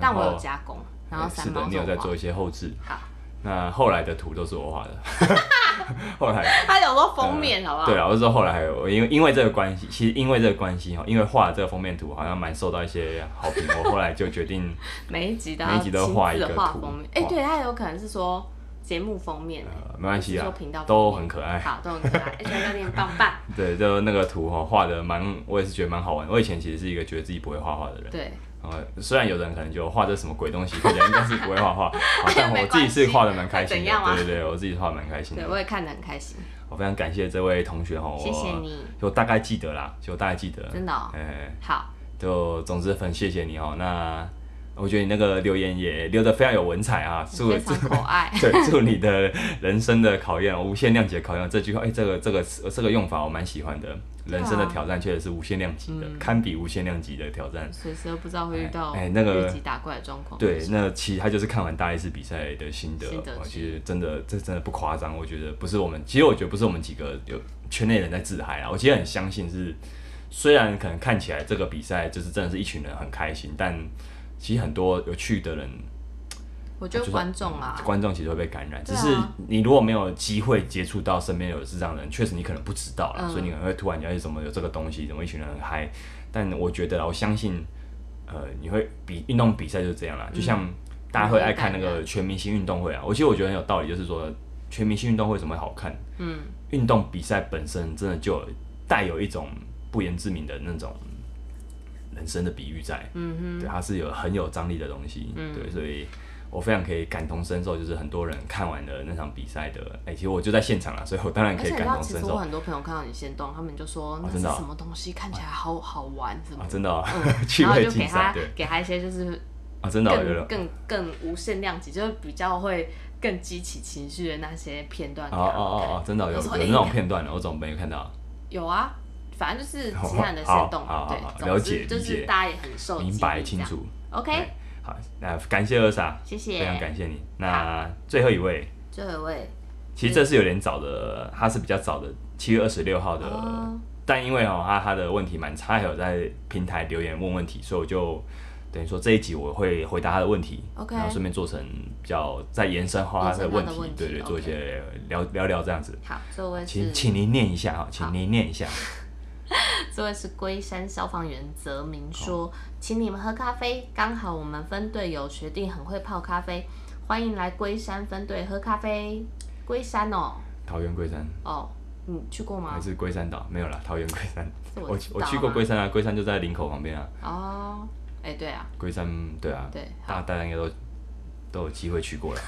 Speaker 2: 但我
Speaker 1: 然
Speaker 2: 有
Speaker 1: 后
Speaker 2: 加工，
Speaker 1: 哎
Speaker 2: 然后三
Speaker 1: 是
Speaker 2: 毛
Speaker 1: 的，你有在做一些后置，
Speaker 2: 好。
Speaker 1: 那后来的图都是我画的， 后来
Speaker 2: 他有说封面，好不好？
Speaker 1: 对啊，我是说后来还有，因为因为这个关系，其实因为这个关系哈，因为画了这个封面图好像蛮受到一些好评，我后来就决定
Speaker 2: 每一集都要
Speaker 1: 每一集都
Speaker 2: 亲
Speaker 1: 画一
Speaker 2: 自
Speaker 1: 个
Speaker 2: 画
Speaker 1: 图
Speaker 2: 封面。哎、
Speaker 1: 画
Speaker 2: 对，他有可能是说节目封面、
Speaker 1: 呃没关系啊
Speaker 2: 还是说频道，
Speaker 1: 都很可爱。
Speaker 2: 好，都很可爱。而且教练棒 棒，
Speaker 1: 对，就那个图哈、画的蛮，我也是觉得蛮好玩。我以前其实是一个觉得自己不会画画的人，
Speaker 2: 对，
Speaker 1: 呃，虽然有的人可能觉得画这什么鬼东西，看起来应该是不会画 画，好但
Speaker 2: 没
Speaker 1: 我
Speaker 2: 关
Speaker 1: 自己是
Speaker 2: 系
Speaker 1: 画的蛮开心
Speaker 2: 怎
Speaker 1: 的。
Speaker 2: 样啊
Speaker 1: 对对对，我自己画的蛮开心的
Speaker 2: 对。我也看得很开心，
Speaker 1: 我非常感谢这位同学哈、我
Speaker 2: 谢谢你，
Speaker 1: 就大概记得啦，就大概记得。
Speaker 2: 真的、哦。
Speaker 1: 哎、
Speaker 2: 好，
Speaker 1: 就总之很谢谢你哦。那我觉得你那个留言也留得非常有文采啊，祝
Speaker 2: 非
Speaker 1: 祝。
Speaker 2: 常可爱
Speaker 1: 对祝你的人生的考验，哦无限量级的考验。这句话，哎、这个这个这个用法我蛮喜欢的。人生的挑战确实是无限量级的，
Speaker 2: 啊
Speaker 1: 堪比无限量级的挑战。
Speaker 2: 随时都不知道会遇到
Speaker 1: 哎哎那个
Speaker 2: 越级打怪的状况。
Speaker 1: 对，那其实他就是看完大力士比赛的心得，
Speaker 2: 心得
Speaker 1: 哦
Speaker 2: 之
Speaker 1: 其实真的这真的不夸张，我觉得不是我们，其实我觉得不是我们几个有圈内人在自嗨啊，我其实很相信是，虽然可能看起来这个比赛就是真的是一群人很开心，但其实很多有趣的人，
Speaker 2: 我觉得观众啊，
Speaker 1: 嗯观众其实会被感染，只
Speaker 2: 对啊
Speaker 1: 是你如果没有机会接触到身边有是这样的人，确实你可能不知道啦，
Speaker 2: 嗯
Speaker 1: 所以你可能会突然了解哎怎么有这个东西，怎么一群人很嗨。但我觉得啦我相信，呃，你会比运动比赛就是这样啦，就像大家会爱看那
Speaker 2: 嗯
Speaker 1: 个全明星运动会啊，我其实我觉得很有道理，就是说全明星运动会为什么会好看？
Speaker 2: 嗯，
Speaker 1: 运动比赛本身真的就有带有一种不言自明的那种人生的比喻在，
Speaker 2: 嗯
Speaker 1: 对，它是有很有张力的东西，对，所以我非常可以感同身受，就是很多人看完了那场比赛的，哎、其实我就在现场了，所以我当然
Speaker 2: 而
Speaker 1: 可以
Speaker 2: 且你知
Speaker 1: 感
Speaker 2: 道，
Speaker 1: 同
Speaker 2: 其
Speaker 1: 身
Speaker 2: 实
Speaker 1: 受
Speaker 2: 我
Speaker 1: 啊，
Speaker 2: 很多朋友看到你先动，他们就说那是
Speaker 1: 真的哦
Speaker 2: 什么东西，看起来好好玩什么的。
Speaker 1: 真的、哦，
Speaker 2: 嗯
Speaker 1: 趣
Speaker 2: 然后
Speaker 1: 味
Speaker 2: 就给
Speaker 1: 竞
Speaker 2: 他
Speaker 1: 赛，对
Speaker 2: 给他一些就是
Speaker 1: 啊，真的哦、有
Speaker 2: 更
Speaker 1: 人
Speaker 2: 更更无限量级，就是比较会更激起情绪的那些片
Speaker 1: 哦
Speaker 2: 段给
Speaker 1: 哦
Speaker 2: 他们
Speaker 1: 哦
Speaker 2: 看。
Speaker 1: 哦，真的哦、
Speaker 2: 我说
Speaker 1: 有有
Speaker 2: 哎
Speaker 1: 那种片段的，我怎么没有看到？
Speaker 2: 有啊，反正就是其他人的
Speaker 1: 好
Speaker 2: 先动
Speaker 1: 好
Speaker 2: 嘛，
Speaker 1: 好好
Speaker 2: 对，
Speaker 1: 了
Speaker 2: 总
Speaker 1: 解
Speaker 2: 之就
Speaker 1: 理
Speaker 2: 是
Speaker 1: 解
Speaker 2: 大家也很受
Speaker 1: 明
Speaker 2: 激
Speaker 1: 白
Speaker 2: 励
Speaker 1: 清
Speaker 2: 这样
Speaker 1: 楚。
Speaker 2: OK，
Speaker 1: 对好，那感谢二傻，
Speaker 2: 谢
Speaker 1: 非常
Speaker 2: 谢。
Speaker 1: 感谢你。那最后一位，
Speaker 2: 最后一位，
Speaker 1: 其实这是有点早的，他是比较早的，七月二十六号的。
Speaker 2: 哦
Speaker 1: 但因为哦，他他的问题蛮差，还有在平台留言问问题，所以我就等于说这一集我会回答他的问题
Speaker 2: OK
Speaker 1: 然后顺便做成比较再延伸化他的问
Speaker 2: 延伸他的问题
Speaker 1: 对对，
Speaker 2: OK
Speaker 1: 做一些聊聊聊这样子。
Speaker 2: 好，最后一位
Speaker 1: 请
Speaker 2: 是
Speaker 1: 请您念一下哈，请
Speaker 2: 好
Speaker 1: 您念一下。
Speaker 2: 这位是龟山消防员泽明说：“请你们喝咖啡，刚好我们分队有学弟很会泡咖啡，欢迎来龟山分队喝咖啡。龟山哦，
Speaker 1: 桃园龟山
Speaker 2: 哦，你去过吗
Speaker 1: 还？是龟山岛？没有啦，桃园龟山。
Speaker 2: 这
Speaker 1: 哎我
Speaker 2: 知道
Speaker 1: 我
Speaker 2: 啊
Speaker 1: 去过龟山啊，龟山就在林口旁边啊。
Speaker 2: 哦，哎，对啊，
Speaker 1: 龟山对啊，
Speaker 2: 对，好，
Speaker 1: 大大家应该都都有机会去过了。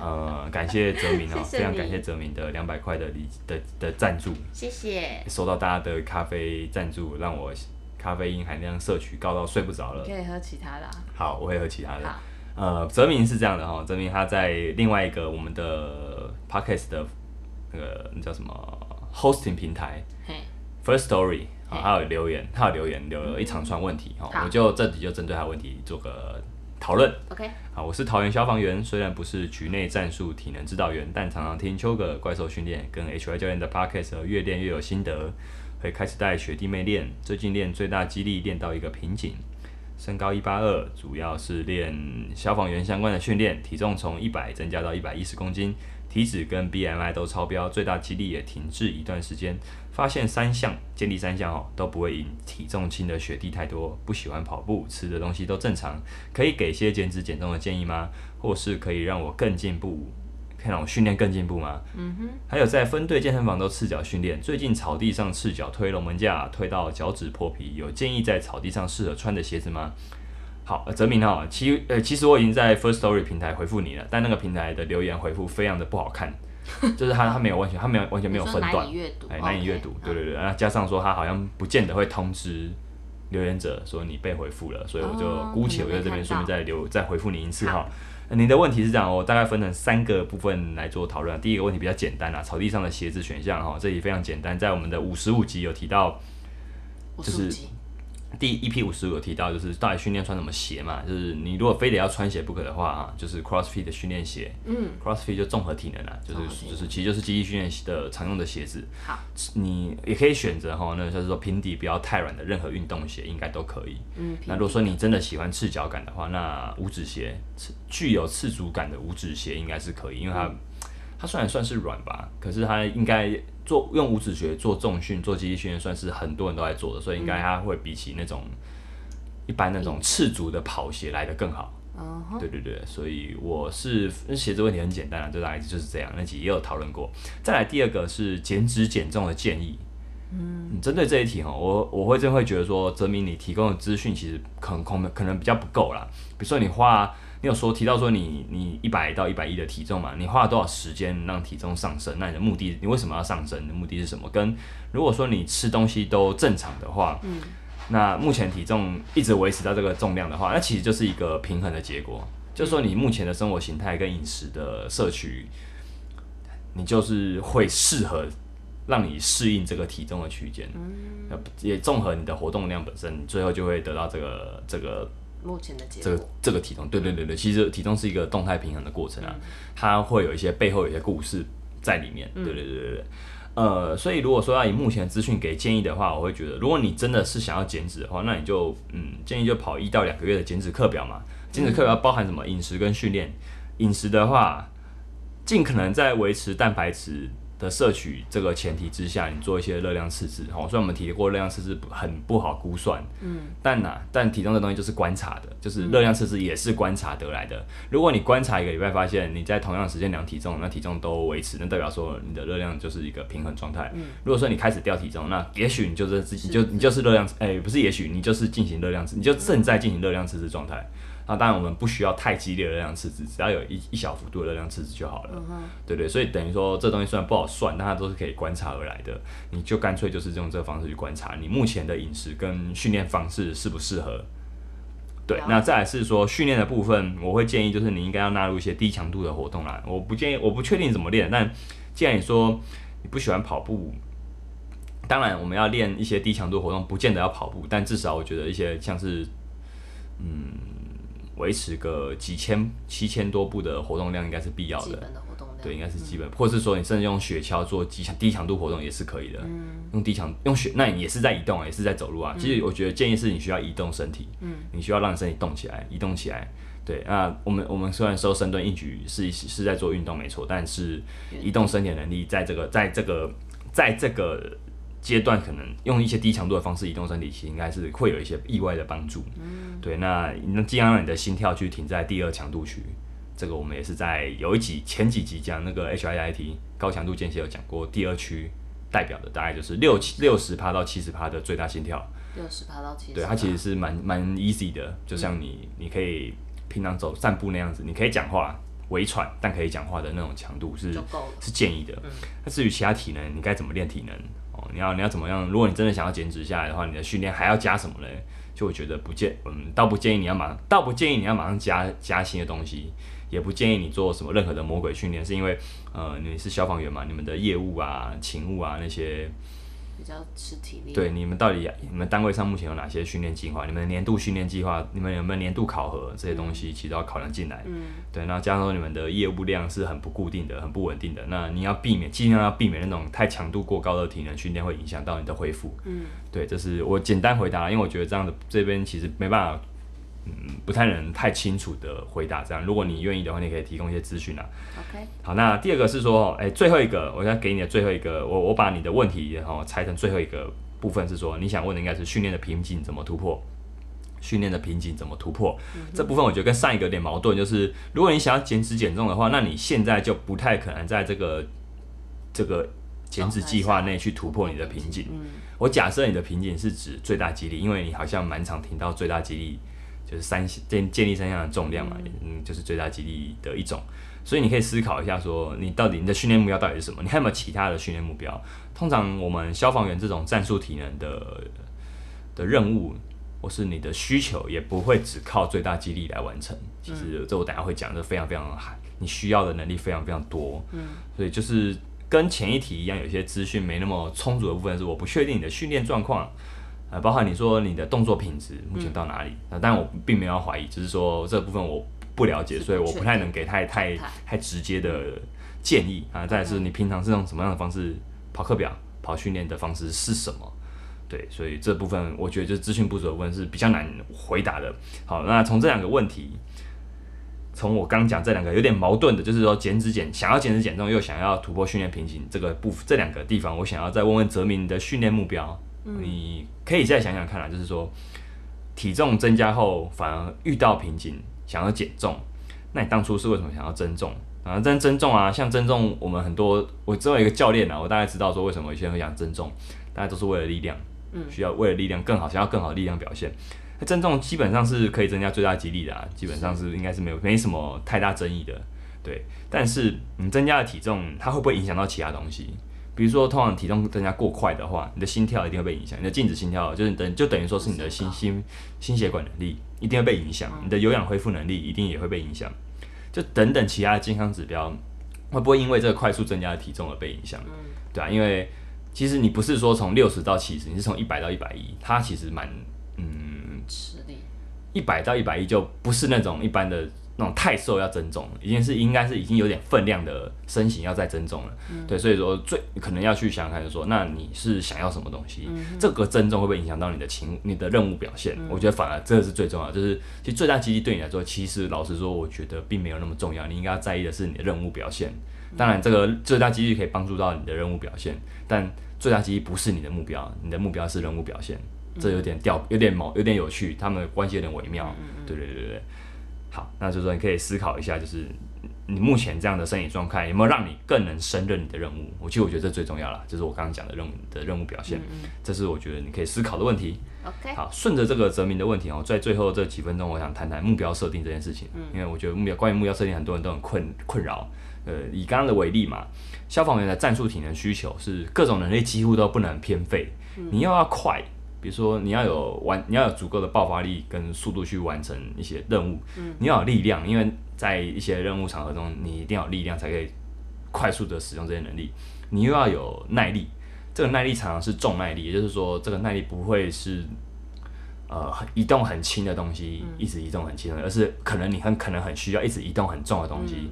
Speaker 1: 呃，感谢泽明哦，
Speaker 2: 谢谢
Speaker 1: 非常
Speaker 2: 你
Speaker 1: 感谢泽明的两百块的礼的的赞助，
Speaker 2: 谢谢。
Speaker 1: 收到大家的咖啡赞助，让我咖啡因含量摄取高到睡不着
Speaker 2: 你
Speaker 1: 了。
Speaker 2: 可以喝其他的、啊，
Speaker 1: 好，我会喝其他的
Speaker 2: 好。
Speaker 1: 呃，泽明是这样的哈、哦，泽明他在另外一个我们的 podcast 的那个那叫什么 hosting 平台
Speaker 2: 嘿，
Speaker 1: First Story 啊、
Speaker 2: 嘿
Speaker 1: 他有留言，他有留言留了一长串问题哈、
Speaker 2: 好
Speaker 1: 我就这集就针对他的问题做个讨论。
Speaker 2: ，OK，
Speaker 1: 啊，我是桃园消防员，虽然不是局内战术体能指导员，但常常听秋哥怪兽训练跟 HY 教练的 podcast，而越练越有心得，会开始带学弟妹练。最近练最大肌力练到一个瓶颈，身高一八二，主要是练消防员相关的训练，体重从一百增加到一百一十公斤，体脂跟 BMI 都超标，最大肌力也停滞一段时间。发现三项建立三项哦都不会赢体重轻的学弟太多，不喜欢跑步，吃的东西都正常，可以给些减脂减重的建议吗？或是可以让我更进步，可以让我训练更进步吗？
Speaker 2: 嗯哼，
Speaker 1: 还有在分队健身房都赤脚训练，最近草地上赤脚推龙门架，推到脚趾破皮，有建议在草地上适合穿的鞋子吗？好，呃泽明哈，其呃，其实我已经在 First Story 平台回复你了，但那个平台的留言回复非常的不好看， 就是他他没有完全他没有完全没有
Speaker 2: 你
Speaker 1: 分
Speaker 2: 说
Speaker 1: 段
Speaker 2: 难以，阅读，
Speaker 1: 哎，难以
Speaker 2: OK，
Speaker 1: 阅读，对
Speaker 2: 嗯
Speaker 1: 对对，那加上说他好像不见得会通知留言者说你被回复了，所以我
Speaker 2: 哦
Speaker 1: 就姑且
Speaker 2: 可
Speaker 1: 我在
Speaker 2: 能没
Speaker 1: 这边
Speaker 2: 看
Speaker 1: 顺便
Speaker 2: 到
Speaker 1: 再留再回复你一次
Speaker 2: 好
Speaker 1: 哈。那您的问题是这样，我大概分成三个部分来做讨论。第一个问题比较简单啊啦，草地上的鞋子选项哈，这里非常简单，在我们的五十五集有提到
Speaker 2: 我
Speaker 1: 就
Speaker 2: 数
Speaker 1: 是
Speaker 2: 集
Speaker 1: 第一批五十五有提到，就是到底训练穿什么鞋嘛？就是你如果非得要穿鞋不可的话啊，就是 CrossFit 的训练鞋。
Speaker 2: 嗯
Speaker 1: ，CrossFit 就综合体能啊，就
Speaker 2: 综合
Speaker 1: 是
Speaker 2: 体能
Speaker 1: 就是其实就是基地训练的常用的鞋子。
Speaker 2: 好，
Speaker 1: 你也可以选择哈，那就是说平底不要太软的任何运动鞋应该都可以。
Speaker 2: 嗯，
Speaker 1: 那如果说你真的喜欢赤脚感的话，那五指鞋赤具有赤足感的五指鞋应该是可以，因为它、它虽然算是软吧，可是它应该做用五指鞋做重训、做肌力训练，算是很多人都在做的，所以应该它会比起那种一般那种赤足的跑鞋来的更好。
Speaker 2: 嗯哼，
Speaker 1: 对对对，所以我是嗯那鞋子问题很简单啊，就大概就是这样，那集也有讨论过。再来第二个是减脂减重的建议。嗯，针对这一题哈，我我会真会觉得说，泽明你提供的资讯其实可能可能可能比较不够啦。比如说你花，你有说提到说你你一百到一百一的体重嘛，你花了多少时间让体重上升？那你的目的，你为什么要上升？你的目的是什么？跟如果说你吃东西都正常的话，
Speaker 2: 嗯，
Speaker 1: 那目前体重一直维持到这个重量的话，那其实就是一个平衡的结果，就是说你目前的生活形态跟饮食的摄取，你就是会适合让你适应这个体重的区间，那也综合你的活动量本身，你最后就会得到这个这个
Speaker 2: 目前的结
Speaker 1: 这个
Speaker 2: 果，
Speaker 1: 这个体重，对对对对，其实体重是一个动态平衡的过程啊，它会有一些背后有一些故事在里面，对对对对对。呃，所以如果说要以目前的资讯给建议的话，我会觉得，如果你真的是想要减脂的话，那你就嗯，建议就跑一到两个月的减脂课表嘛。减脂课表包含什么？饮食跟训练。饮食的话，尽可能在维持蛋白质的摄取这个前提之下，你做一些热量赤字。好、虽然我们提过热量赤字很不好估算，
Speaker 2: 嗯，
Speaker 1: 但呐、但体重这东西就是观察的，就是热量赤字也是观察得来的。如果你观察一个礼拜，发现你在同样的时间量体重，那体重都维持，那代表说你的热量就是一个平衡状态。如果说你开始掉体重，那也许你就是自己你就你就是热量，哎、不是也许你就是进行热量赤，你就正在进行热量赤字状态。那当然我们不需要太激烈的热量赤字，只要有一一小幅度的热量赤字就好了。
Speaker 2: 嗯哼，
Speaker 1: 对对，所以等于说这东西虽然不好算，但它都是可以观察而来的。你就干脆就是用这个方式去观察你目前的饮食跟训练方式适不适合。对
Speaker 2: 了，
Speaker 1: 那再来是说训练的部分，我会建议就是你应该要纳入一些低强度的活动啦。我不建议，我不确定怎么练，但既然你说你不喜欢跑步，当然我们要练一些低强度活动，不见得要跑步，但至少我觉得一些像是嗯维持个几千七千多步的活动量应该是必要
Speaker 2: 基
Speaker 1: 的。
Speaker 2: 本的活动量，
Speaker 1: 对，应该是基本，或是说你甚至用雪橇做低强低强度活动也是可以的。
Speaker 2: 嗯
Speaker 1: 用低强用雪，那你也是在移动啊，也是在走路啊。其实我觉得建议是你需要移动身体，
Speaker 2: 嗯，
Speaker 1: 你需要让身体动起来，移动起来。对，那我们我们虽然说深蹲硬举是是在做运动没错，但是移动身体的能力在这个在这个在这个阶段，可能用一些低强度的方式移动身体，其实应该是会有一些意外的帮助。
Speaker 2: 嗯
Speaker 1: 对，那那尽量让你的心跳去停在第二强度区，这个我们也是在有一集前几集讲那个 HIIT 高强度间歇有讲过，第二区代表的大概就是六六十趴到七十趴的最大心跳，
Speaker 2: 六十爬到七十，嗯
Speaker 1: 对，它其实是蛮蛮 easy 的，就像你你可以平常走散步那样子，你可以讲话微喘，但可以讲话的那种强度是
Speaker 2: 就够了，
Speaker 1: 是建议的
Speaker 2: 嗯。
Speaker 1: 那至于其他体能，你该怎么练体能哦？你要你要怎么样？如果你真的想要减脂下来的话，你的训练还要加什么呢？就我觉得不建，嗯，倒不建议你要马上，倒不建议你要马上加加新的东西，也不建议你做什么任何的魔鬼训练，是因为呃你是消防员嘛，你们的业务啊、勤务啊那些
Speaker 2: 比较吃体力，
Speaker 1: 对，你们到底你们单位上目前有哪些训练计划？你们的年度训练计划，你们有没有年度考核这些东西，其实都要考量进来。
Speaker 2: 嗯，
Speaker 1: 对，那加上说你们的业务量是很不固定的、很不稳定的，那你要避免，尽量要避免那种太强度过高的体能训练，会影响到你的恢复。
Speaker 2: 嗯，
Speaker 1: 对，这是我简单回答，因为我觉得这样的这边其实没办法。嗯，不太能太清楚的回答这样。如果你愿意的话，你可以提供一些资讯啊。
Speaker 2: ，OK，
Speaker 1: 好，那第二个是说，哎、最后一个，我要给你的最后一个，我我把你的问题然后拆成最后一个部分是说，你想问的应该是训练的瓶颈怎么突破。训练的瓶颈怎么突破？这部分我觉得跟上一个有点矛盾，就是如果你想要减脂减重的话，那你现在就不太可能在这个这个减脂计划内去突破你的瓶颈。
Speaker 2: 嗯，
Speaker 1: 我假设你的瓶颈是指最大肌力，因为你好像蛮常听到最大肌力就是三项建建立三项的重量嘛，嗯，就是最大肌力的一种。所以你可以思考一下说你到底你的训练目标到底是什么？你还有没有其他的训练目标？通常我们消防员这种战术体能的的任务，或是你的需求，也不会只靠最大肌力来完成。其
Speaker 2: 嗯
Speaker 1: 实这我等一下会讲，这非常非常还你需要的能力非常非常多。嗯，所以就是跟前一题一样，有些资讯没那么充足的部分是我不确定你的训练状况。呃，包含你说你的动作品质目
Speaker 2: 嗯
Speaker 1: 前到哪里？那、当然我并没有怀疑，只是说这部分我不了解，
Speaker 2: 是不
Speaker 1: 所以我
Speaker 2: 确
Speaker 1: 不太能给太太
Speaker 2: 态
Speaker 1: 太直接的建议啊。再来是你平常是用什么样的方式跑课表、跑训练的方式是什么？对，所以这部分我觉得就是资讯不足的问是比较难回答的。好，那从这两个问题，从我刚讲这两个有点矛盾的，就是说减脂减想要减脂减重又想要突破训练瓶颈这个部这两个地方，我想要再问问泽明你的训练目标，你可以再想想看啦，就是说体重增加后反而遇到瓶颈，想要减重，那你当初是为什么想要增重？啊，但增重啊，像增重，我们很多我知道有一个教练啊，我大概知道说为什么有些人会想增重，大家都是为了力量，
Speaker 2: 嗯
Speaker 1: 需要为了力量更好，想要更好的力量表现。那增重基本上是可以增加最大肌力的、啊，基本上是应该是没有没什么太大争议的，对。但是你增加了体重，它会不会影响到其他东西？比如说，通常体重增加过快的话，你的心跳一定会被影响，你的静止心跳就是等就等于说是你的心心心血管能力一定会被影响，你的有氧恢复能力一定也会被影响，就等等其他的健康指标会不会因为这个快速增加的体重而被影响？对啊，因为其实你不是说从六十到七十，你是从一百到一百一，它其实蛮嗯，
Speaker 2: 吃力，
Speaker 1: 一百到一百一就不是那种一般的那种太瘦要增重了，已经是应该是已经有点分量的身形要再增重了。对，所以说最可能要去想想看，就说那你是想要什么东西？这个增重会不会影响到你的情你的任务表现？我觉得反而这个是最重要的，就是其实最大激励对你来说，其实老实说，我觉得并没有那么重要，你应该在意的是你的任务表现。当然，这个最大激励可以帮助到你的任务表现，但最大激励不是你的目标，你的目标是任务表现。这有点掉，有点毛，有点有趣，他们的关系有点微妙。对对对对对。好，那就是说你可以思考一下，就是你目前这样的身体状态有没有让你更能胜任你的任务？我其实我觉得这最重要了，就是我刚刚讲的任务的任务表现，这是我觉得你可以思考的问题。
Speaker 2: OK，
Speaker 1: 好，顺着这个哲明的问题哦，在最后这几分钟，我想谈谈目标设定这件事情，因为我觉得目标关于目标设定，很多人都很困困扰。呃，以刚刚的为例嘛，消防员的战术体能需求是各种能力几乎都不能偏废，你又要快，比如说你要有完，你要有足够的爆发力跟速度去完成一些任务，你要有力量，因为在一些任务场合中，你一定要有力量才可以快速的使用这些能力，你又要有耐力。这个耐力常常是重耐力，也就是说，这个耐力不会是呃移动很轻的东西，一直移动很轻的，而是可能你很可能很需要一直移动很重的东西。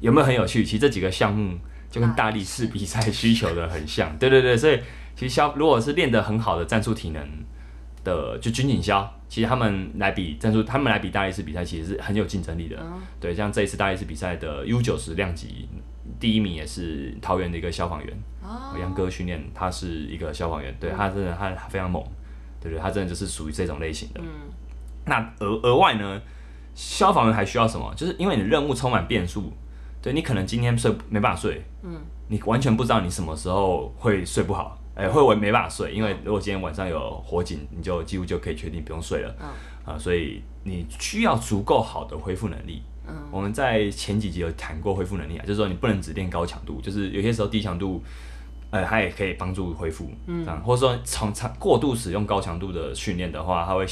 Speaker 1: 有没有很有趣？其实这几个项目就跟大力士比赛需求的很像，对对对，所以其实消如果是练得很好的战术体能的，就军警消，其实他们来比战术，他们来比大力士比赛其实是很有竞争力的。对，像这一次大力士比赛的 U 九十量级第一名也是桃园的一个消防员。
Speaker 2: 哦，嗯
Speaker 1: 杨哥训练，他是一个消防员，对他真的他非常猛，对不对？他真的就是属于这种类型的。
Speaker 2: 嗯
Speaker 1: 那额额外呢，消防员还需要什么？就是因为你的任务充满变数，对你可能今天睡没办法睡，
Speaker 2: 嗯，
Speaker 1: 你完全不知道你什么时候会睡不好，哎、会会没办法睡，
Speaker 2: 嗯
Speaker 1: 因为如果今天晚上有火警，你就几乎就可以确定不用睡了，
Speaker 2: 嗯
Speaker 1: 啊、所以你需要足够好的恢复能力。
Speaker 2: 嗯
Speaker 1: 我们在前几集有谈过恢复能力啊，就是说你不能只练高强度，就是有些时候低强度，呃，它也可以帮助恢复，嗯，这样或者说从长过度使用高强度的训练的话，它会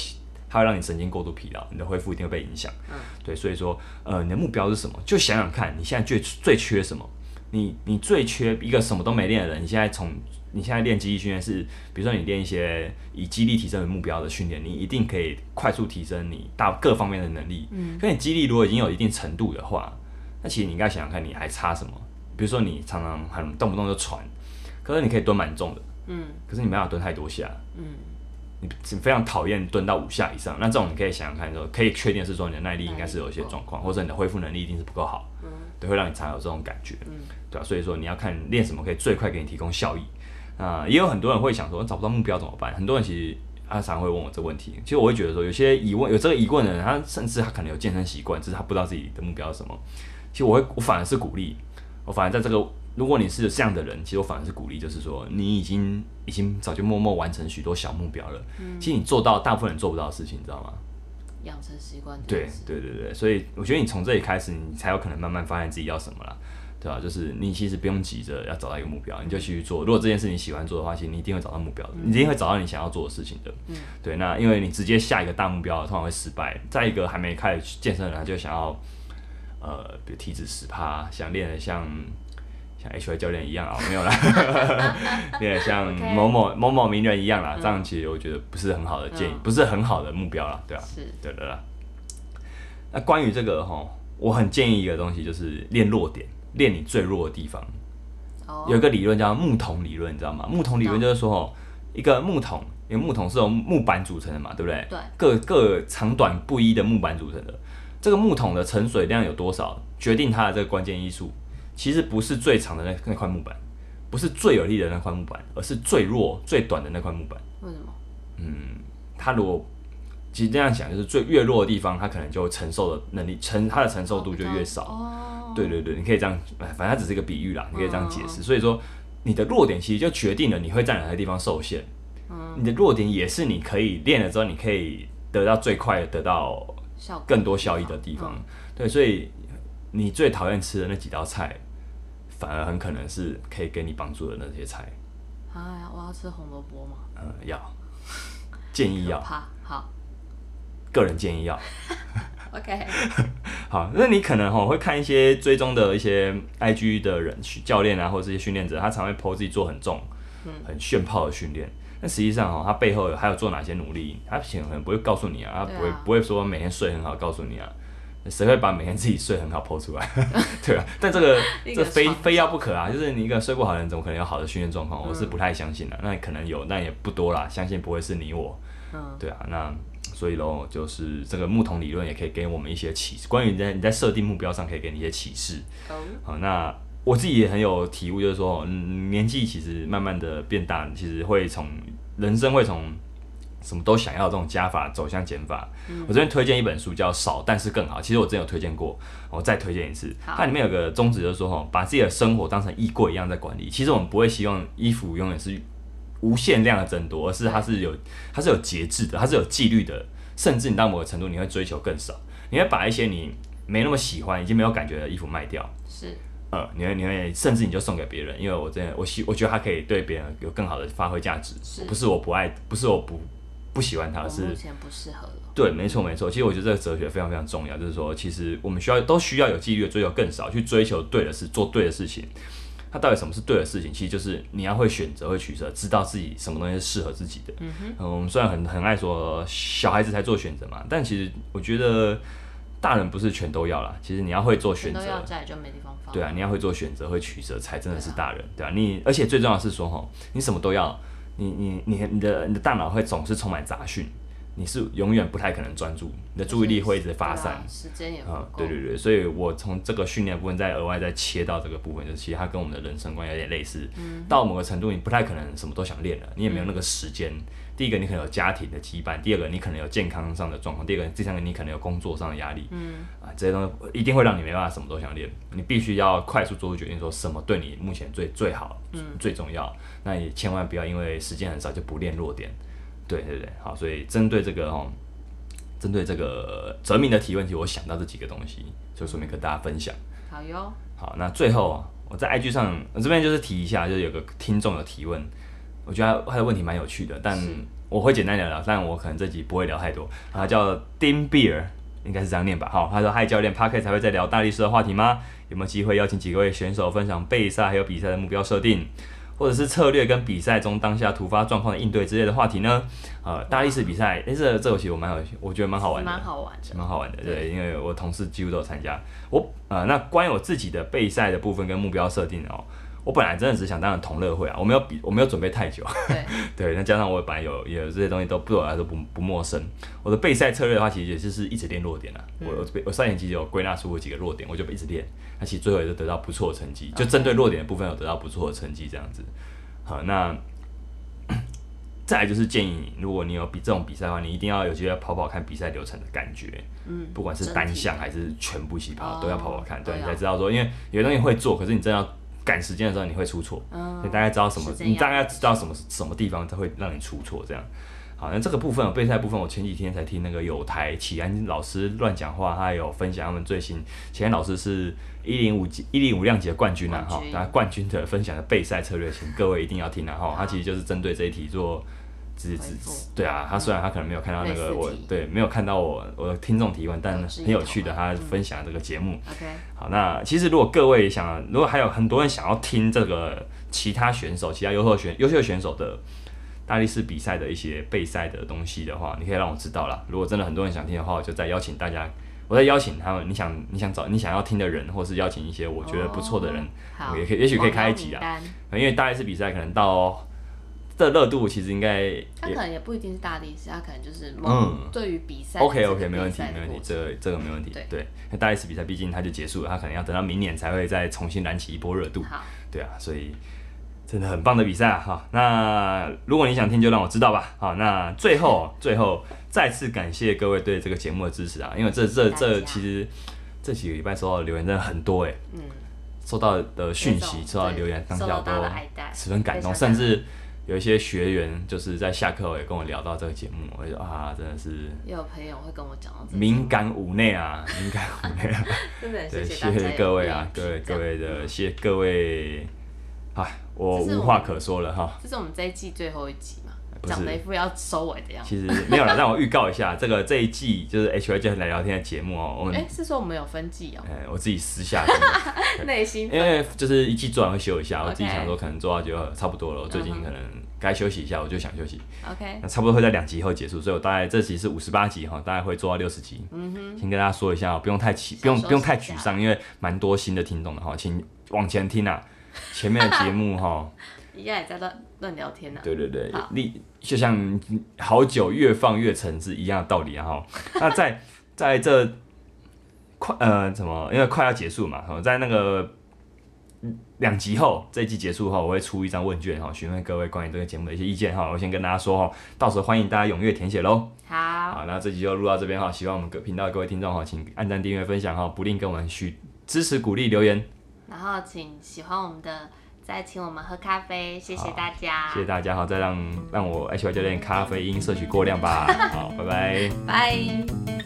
Speaker 1: 它会让你神经过度疲劳，你的恢复一定会被影响。
Speaker 2: 嗯，
Speaker 1: 对，所以说，呃，你的目标是什么？就想想看，你现在最最缺什么？你你最缺一个什么都没练的人，你现在从你现在练肌力训练是，比如说你练一些以肌力提升为目标的训练，你一定可以快速提升你大各方面的能力。嗯，可你肌力如果已经有一定程度的话，那其实你应该想想看，你还差什么？比如说你常常很动不动就喘，可是你可以蹲蛮重的，
Speaker 2: 嗯
Speaker 1: 可是你没办法蹲太多下。
Speaker 2: 嗯
Speaker 1: 你非常讨厌蹲到五下以上，那这种你可以想想看，说可以确定是说你的耐力应该是有一些状况，或者你的恢复能力一定是不够好，对，会让你常有这种感觉，对啊，所以说你要看练什么可以最快给你提供效益。啊、也有很多人会想说找不到目标怎么办？很多人其实他常会问我这个问题，其实我会觉得说有些疑问有这个疑问的人，他甚至他可能有健身习惯，只是他不知道自己的目标是什么。其实我会我反而是鼓励，我反而在这个如果你是这样的人，其实我反而是鼓励，就是说你已经已经早就默默完成许多小目标了。其实你做到大部分人做不到的事情，你知道吗？
Speaker 2: 养成习惯这
Speaker 1: 对
Speaker 2: 件事，
Speaker 1: 对对对，所以我觉得你从这里开始，你才有可能慢慢发现自己要什么啦，对吧、啊就是你其实不用急着要找到一个目标，你就去做。如果这件事你喜欢做的话，其实你一定会找到目标的，你一定会
Speaker 2: 嗯
Speaker 1: 找到你想要做的事情的。嗯，对。那因为你直接下一个大目标，通常会失败。再一个还没开始健身的人，他就想要呃，比如体脂十趴，想练的像。像 H Y 教练一样啊，没有啦， 练得像
Speaker 2: OK
Speaker 1: 某某某某名人一样啦，这样其实我觉得不是很好的建议，
Speaker 2: 嗯
Speaker 1: 不是很好的目标啦，对啊，
Speaker 2: 是
Speaker 1: 对的啦。那关于这个哈，我很建议一个东西，就是练弱点，练你最弱的地方。
Speaker 2: 哦
Speaker 1: 有一个理论叫木桶理论，你知道吗？木桶理论就是说，哦，一个木桶，因为木桶是由木板组成的嘛，对不对？
Speaker 2: 对。
Speaker 1: 各各长短不一的木板组成的，这个木桶的盛水量有多少，决定它的这个关键因素，其实不是最长的那那块木板，不是最有力的那块木板，而是最弱、最短的那块木板。
Speaker 2: 为什么？
Speaker 1: 它如果其实这样讲，就是最越弱的地方，它可能就承受的能力承它的承受度就越少。
Speaker 2: 哦，
Speaker 1: 对对对，你可以这样，哎，反正它只是一个比喻啦，你可以这样解释。所以说，你的弱点其实就决定了你会在哪个地方受限。
Speaker 2: 嗯
Speaker 1: 你的弱点也是你可以练了之后，你可以得到最快得到
Speaker 2: 效果
Speaker 1: 更多效益的地
Speaker 2: 嗯
Speaker 1: 方。对，所以你最讨厌吃的那几道菜，反而很可能是可以给你帮助的那些菜。
Speaker 2: 啊，我要吃红萝卜吗？
Speaker 1: 嗯，要建议要，
Speaker 2: 怕好
Speaker 1: 个人建议要。
Speaker 2: ，OK，
Speaker 1: 好，那你可能哈、会看一些追踪的一些 IG 的人教练啊，或者这些训练者，他常会 PO 自己做很重、
Speaker 2: 嗯
Speaker 1: 很炫炮的训练。但实际上哈、他背后有还有做哪些努力，他可能不会告诉你啊，他
Speaker 2: 对啊
Speaker 1: 不会、不会说每天睡很好告诉你啊。谁会把每天自己睡很好 PO 出来？ 对啊，但这个
Speaker 2: 一个
Speaker 1: 这非
Speaker 2: 创
Speaker 1: 非要不可啊！就是你一个睡不好的人，怎么可能有好的训练状况？我
Speaker 2: 嗯
Speaker 1: 是不太相信的、啊那可能有，但也不多啦。相信不会是你我。
Speaker 2: 嗯，
Speaker 1: 对啊，那所以咯，就是这个木桶理论也可以给我们一些启示，关于你在你在设定目标上可以给你一些启示。
Speaker 2: 哦，
Speaker 1: 好，那我自己也很有体悟，就是说，嗯，年纪其实慢慢的变大，其实会从人生会从什么都想要这种加法走向减法。我这边推荐一本书叫《少但是更好》，其实我之前有推荐过，我再推荐一次。
Speaker 2: 好
Speaker 1: 它里面有个宗旨就是说，哦，把自己的生活当成衣柜一样在管理。其实我们不会希望衣服永远是无限量的增多，而是它是有它是有节制的，它是有纪律的，甚至你到某个程度，你会追求更少，你会把一些你没那么喜欢、已经没有感觉的衣服卖掉，
Speaker 2: 是
Speaker 1: 呃，你会你会甚至你就送给别人，因为我真的我喜我觉得它可以对别人有更好的发挥价值，
Speaker 2: 是哦
Speaker 1: 不是我不爱，不是我不不喜欢它，
Speaker 2: 我
Speaker 1: 啊是
Speaker 2: 目前不适合了。
Speaker 1: 对，没错没错。其实我觉得这个哲学非常非常重要，就是说，其实我们需要都需要有纪律的追求更少，去追求对的事，做对的事情。那到底什么是对的事情？其实就是你要会选择、会取舍，知道自己什么东西是适合自己的。嗯哼，我们虽然很很爱说小孩子才做选择嘛，但其实我觉得大人不是全都要啦。其实你要会做选
Speaker 2: 全
Speaker 1: 择
Speaker 2: 都，要在就没地方放。
Speaker 1: 对啊，你要会做选择、会取舍，才真的是大人，对啊，你而且最重要的是说，吼，你什么都要，你你你你的你的大脑会总是充满杂讯，你是永远不太可能专注，你的注意力会一直发散。
Speaker 2: 对啊时间也不
Speaker 1: 啊、
Speaker 2: 够。
Speaker 1: 对对对，所以我从这个训练部分再额外再切到这个部分，就是其实它跟我们的人生观有点类似。到某个程度，你不太可能什么都想练了，你也没有那个时间。第一个，你可能有家庭的羁绊；第二个，你可能有健康上的状况；第二个，第三个，你可能有工作上的压力。嗯，啊，这些东西一定会让你没办法什么都想练。你必须要快速做出决定，说什么对你目前最最好、最重要。那也千万不要因为时间很少就不练弱点。对对对，好，所以针对这个哦，针对这个呃哲明的提问题，我想到这几个东西，就顺便跟大家分享。
Speaker 2: 好哟，
Speaker 1: 好，那最后啊，我在 IG 上，我这边就是提一下，就是有个听众有提问，我觉得他他的问题蛮有趣的，但我会简单聊聊，但我可能这集不会聊太多。他叫丁比尔，应该是这样念吧？好，他说：“嗨，教练 p a r k 才会再聊大力士的话题吗？有没有机会邀请几位选手分享备赛还有比赛的目标设定？”或者是策略跟比赛中当下突发状况的应对之类的话题呢？呃，大力士比赛，诶，这这游戏我蛮有，我觉得蛮好玩的，
Speaker 2: 蛮好 玩的。
Speaker 1: 蛮好玩的，对，因为我同事几乎都有参加。我呃，那关于我自己的备赛的部分跟目标设定哦，我本来真的只想当同乐会啊，我没有比，我没有准备太久，
Speaker 2: 对，
Speaker 1: 对，那加上我本来有也有这些东西都不对我来说不不陌生。我的备赛策略的话，其实也就是一直练弱点啊。
Speaker 2: 嗯
Speaker 1: 我我我上年级有归纳出我几个弱点，我就一直练，那其实最后也是得到不错的成绩，就针
Speaker 2: 嗯
Speaker 1: 对弱点的部分有得到不错的成绩这样子。好，那 再来就是建议你，如果你有比这种比赛的话，你一定要有机会跑跑看比赛流程的感觉，
Speaker 2: 嗯，
Speaker 1: 不管是
Speaker 2: 整
Speaker 1: 单
Speaker 2: 体
Speaker 1: 项还是全部起跑
Speaker 2: 哦
Speaker 1: 都要跑跑看，对
Speaker 2: 都
Speaker 1: 你
Speaker 2: 要
Speaker 1: 才知道说，因为有些东西会做，可是你真的要赶时间的时候你会出错，
Speaker 2: 嗯
Speaker 1: 你大概知道什么
Speaker 2: 是，这样
Speaker 1: 你大概知道什么什么地方它会让你出错这样。好，那这个部分备赛部分，我前几天才听那个有台启安老师乱讲话，他有分享他们最新，启安老师是一零五级一零五量级的冠军啊，哈
Speaker 2: 冠，军
Speaker 1: 那冠军的分享的备赛策略，请各位一定要听啊，哈，他其实就是针对这一题做。只
Speaker 2: 回
Speaker 1: 只
Speaker 2: 复
Speaker 1: 对啊，他虽然他可能没有看到那
Speaker 2: 类
Speaker 1: 个
Speaker 2: 似
Speaker 1: 我
Speaker 2: 题
Speaker 1: 对没有看到我我的听众提问，但
Speaker 2: 有志一
Speaker 1: 很有
Speaker 2: 同
Speaker 1: 趣的
Speaker 2: 啊
Speaker 1: 他分享这个节目，
Speaker 2: OK，
Speaker 1: 好，那其实如果各位想，如果还有很多人想要听这个其他选手、其他优秀选优秀选手的大力士比赛的一些备赛的东西的话，你可以让我知道啦。如果真的很多人想听的话，我就再邀请大家，我再邀请他们。你想你想找你想要听的人，或是邀请一些我觉得不错的人，
Speaker 2: 好，
Speaker 1: 也可以也许可以开一集啊
Speaker 2: 啊。
Speaker 1: 因为大力士比赛可能到的热度其实应该也
Speaker 2: 他可能也不一定是大力士，他可能就是
Speaker 1: 嗯
Speaker 2: 某对于比赛
Speaker 1: OK
Speaker 2: 这个
Speaker 1: OK，没问题
Speaker 2: 比赛
Speaker 1: 没
Speaker 2: 的
Speaker 1: 问题
Speaker 2: 过，程
Speaker 1: 这个这个没问题。
Speaker 2: 对
Speaker 1: 对，那大 S 比赛毕竟它就结束了，它可能要等到明年才会再重新燃起一波热度。
Speaker 2: 好，
Speaker 1: 对啊，所以真的很棒的比赛啊！哈，那如果你想听，就让我知道吧。好，那最 后最后再次感谢各位对这个节目的支持啊，因为这这这
Speaker 2: 大家
Speaker 1: 其实这几个礼拜收到的留言真的很多哎、
Speaker 2: 嗯，
Speaker 1: 收到的讯
Speaker 2: 这
Speaker 1: 息、
Speaker 2: 种
Speaker 1: 收到的留言，
Speaker 2: 对
Speaker 1: 当下
Speaker 2: 受到
Speaker 1: 我
Speaker 2: 大家
Speaker 1: 都
Speaker 2: 的爱戴
Speaker 1: 十分感动，
Speaker 2: 非常
Speaker 1: 甚
Speaker 2: 感
Speaker 1: 至有一些学员就是在下课后也跟我聊到这个节目，我就说啊，真的是。
Speaker 2: 也有朋友会跟我讲到这个，
Speaker 1: 敏感五内啊，敏感五内啊，
Speaker 2: 真的很
Speaker 1: 对，
Speaker 2: 谢
Speaker 1: 谢
Speaker 2: 大家
Speaker 1: 谢各位啊
Speaker 2: 有，
Speaker 1: 各位
Speaker 2: 这
Speaker 1: 各
Speaker 2: 样嗯
Speaker 1: 位的，谢谢各位，哎，我
Speaker 2: 这是
Speaker 1: 无
Speaker 2: 我
Speaker 1: 话
Speaker 2: 们
Speaker 1: 可说了哈。
Speaker 2: 这是我们这一季最后一集嘛，
Speaker 1: 不是
Speaker 2: 讲的一副要收尾的样子。
Speaker 1: 其实没有了，让我预告一下，这个这一季就是 H Y 就来聊天的节目哦，我们
Speaker 2: 哎，是说我们有分 季哦，
Speaker 1: 呃我自己私下跟你，
Speaker 2: 内 心
Speaker 1: 因为就是一季做完会休一下，我自己
Speaker 2: OK
Speaker 1: 想说可能做到就差不多了，我最近
Speaker 2: 嗯哼
Speaker 1: 可能该休息一下，我就想休息，
Speaker 2: OK，
Speaker 1: 那差不多会在两集后结束，所以我大概这集是五十八集哈，大概会做到六十集。嗯哼，先跟大家说一下哦，不用太起，不用
Speaker 2: 小
Speaker 1: 不用太
Speaker 2: 休息一
Speaker 1: 沮
Speaker 2: 下
Speaker 1: 丧，因为蛮多新的听众的哈，请往前听啊。前面的节目哈，
Speaker 2: 一样也在乱乱聊天呢。
Speaker 1: 对对对
Speaker 2: 好，
Speaker 1: 你就像好酒越放越陈是一样的道理啊哈。那在在这快呃怎么，因为快要结束嘛，哈在那个两集后，这一季结束后，我会出一张问卷哈，询问各位关于这个节目的一些意见哈。我先跟大家说哈，到时候欢迎大家踊跃填写喽。
Speaker 2: 好，
Speaker 1: 好，那这集就录到这边哈。喜欢我们各频道的各位听众哈，请按赞、订阅、分享哈，不吝给我们许支持、鼓励、留言。
Speaker 2: 然后请喜欢我们的再请我们喝咖啡，谢谢
Speaker 1: 好
Speaker 2: 大家，
Speaker 1: 谢谢大家，好，再让让我 HY 教练咖啡因摄取过量吧，好，拜拜。
Speaker 2: 拜。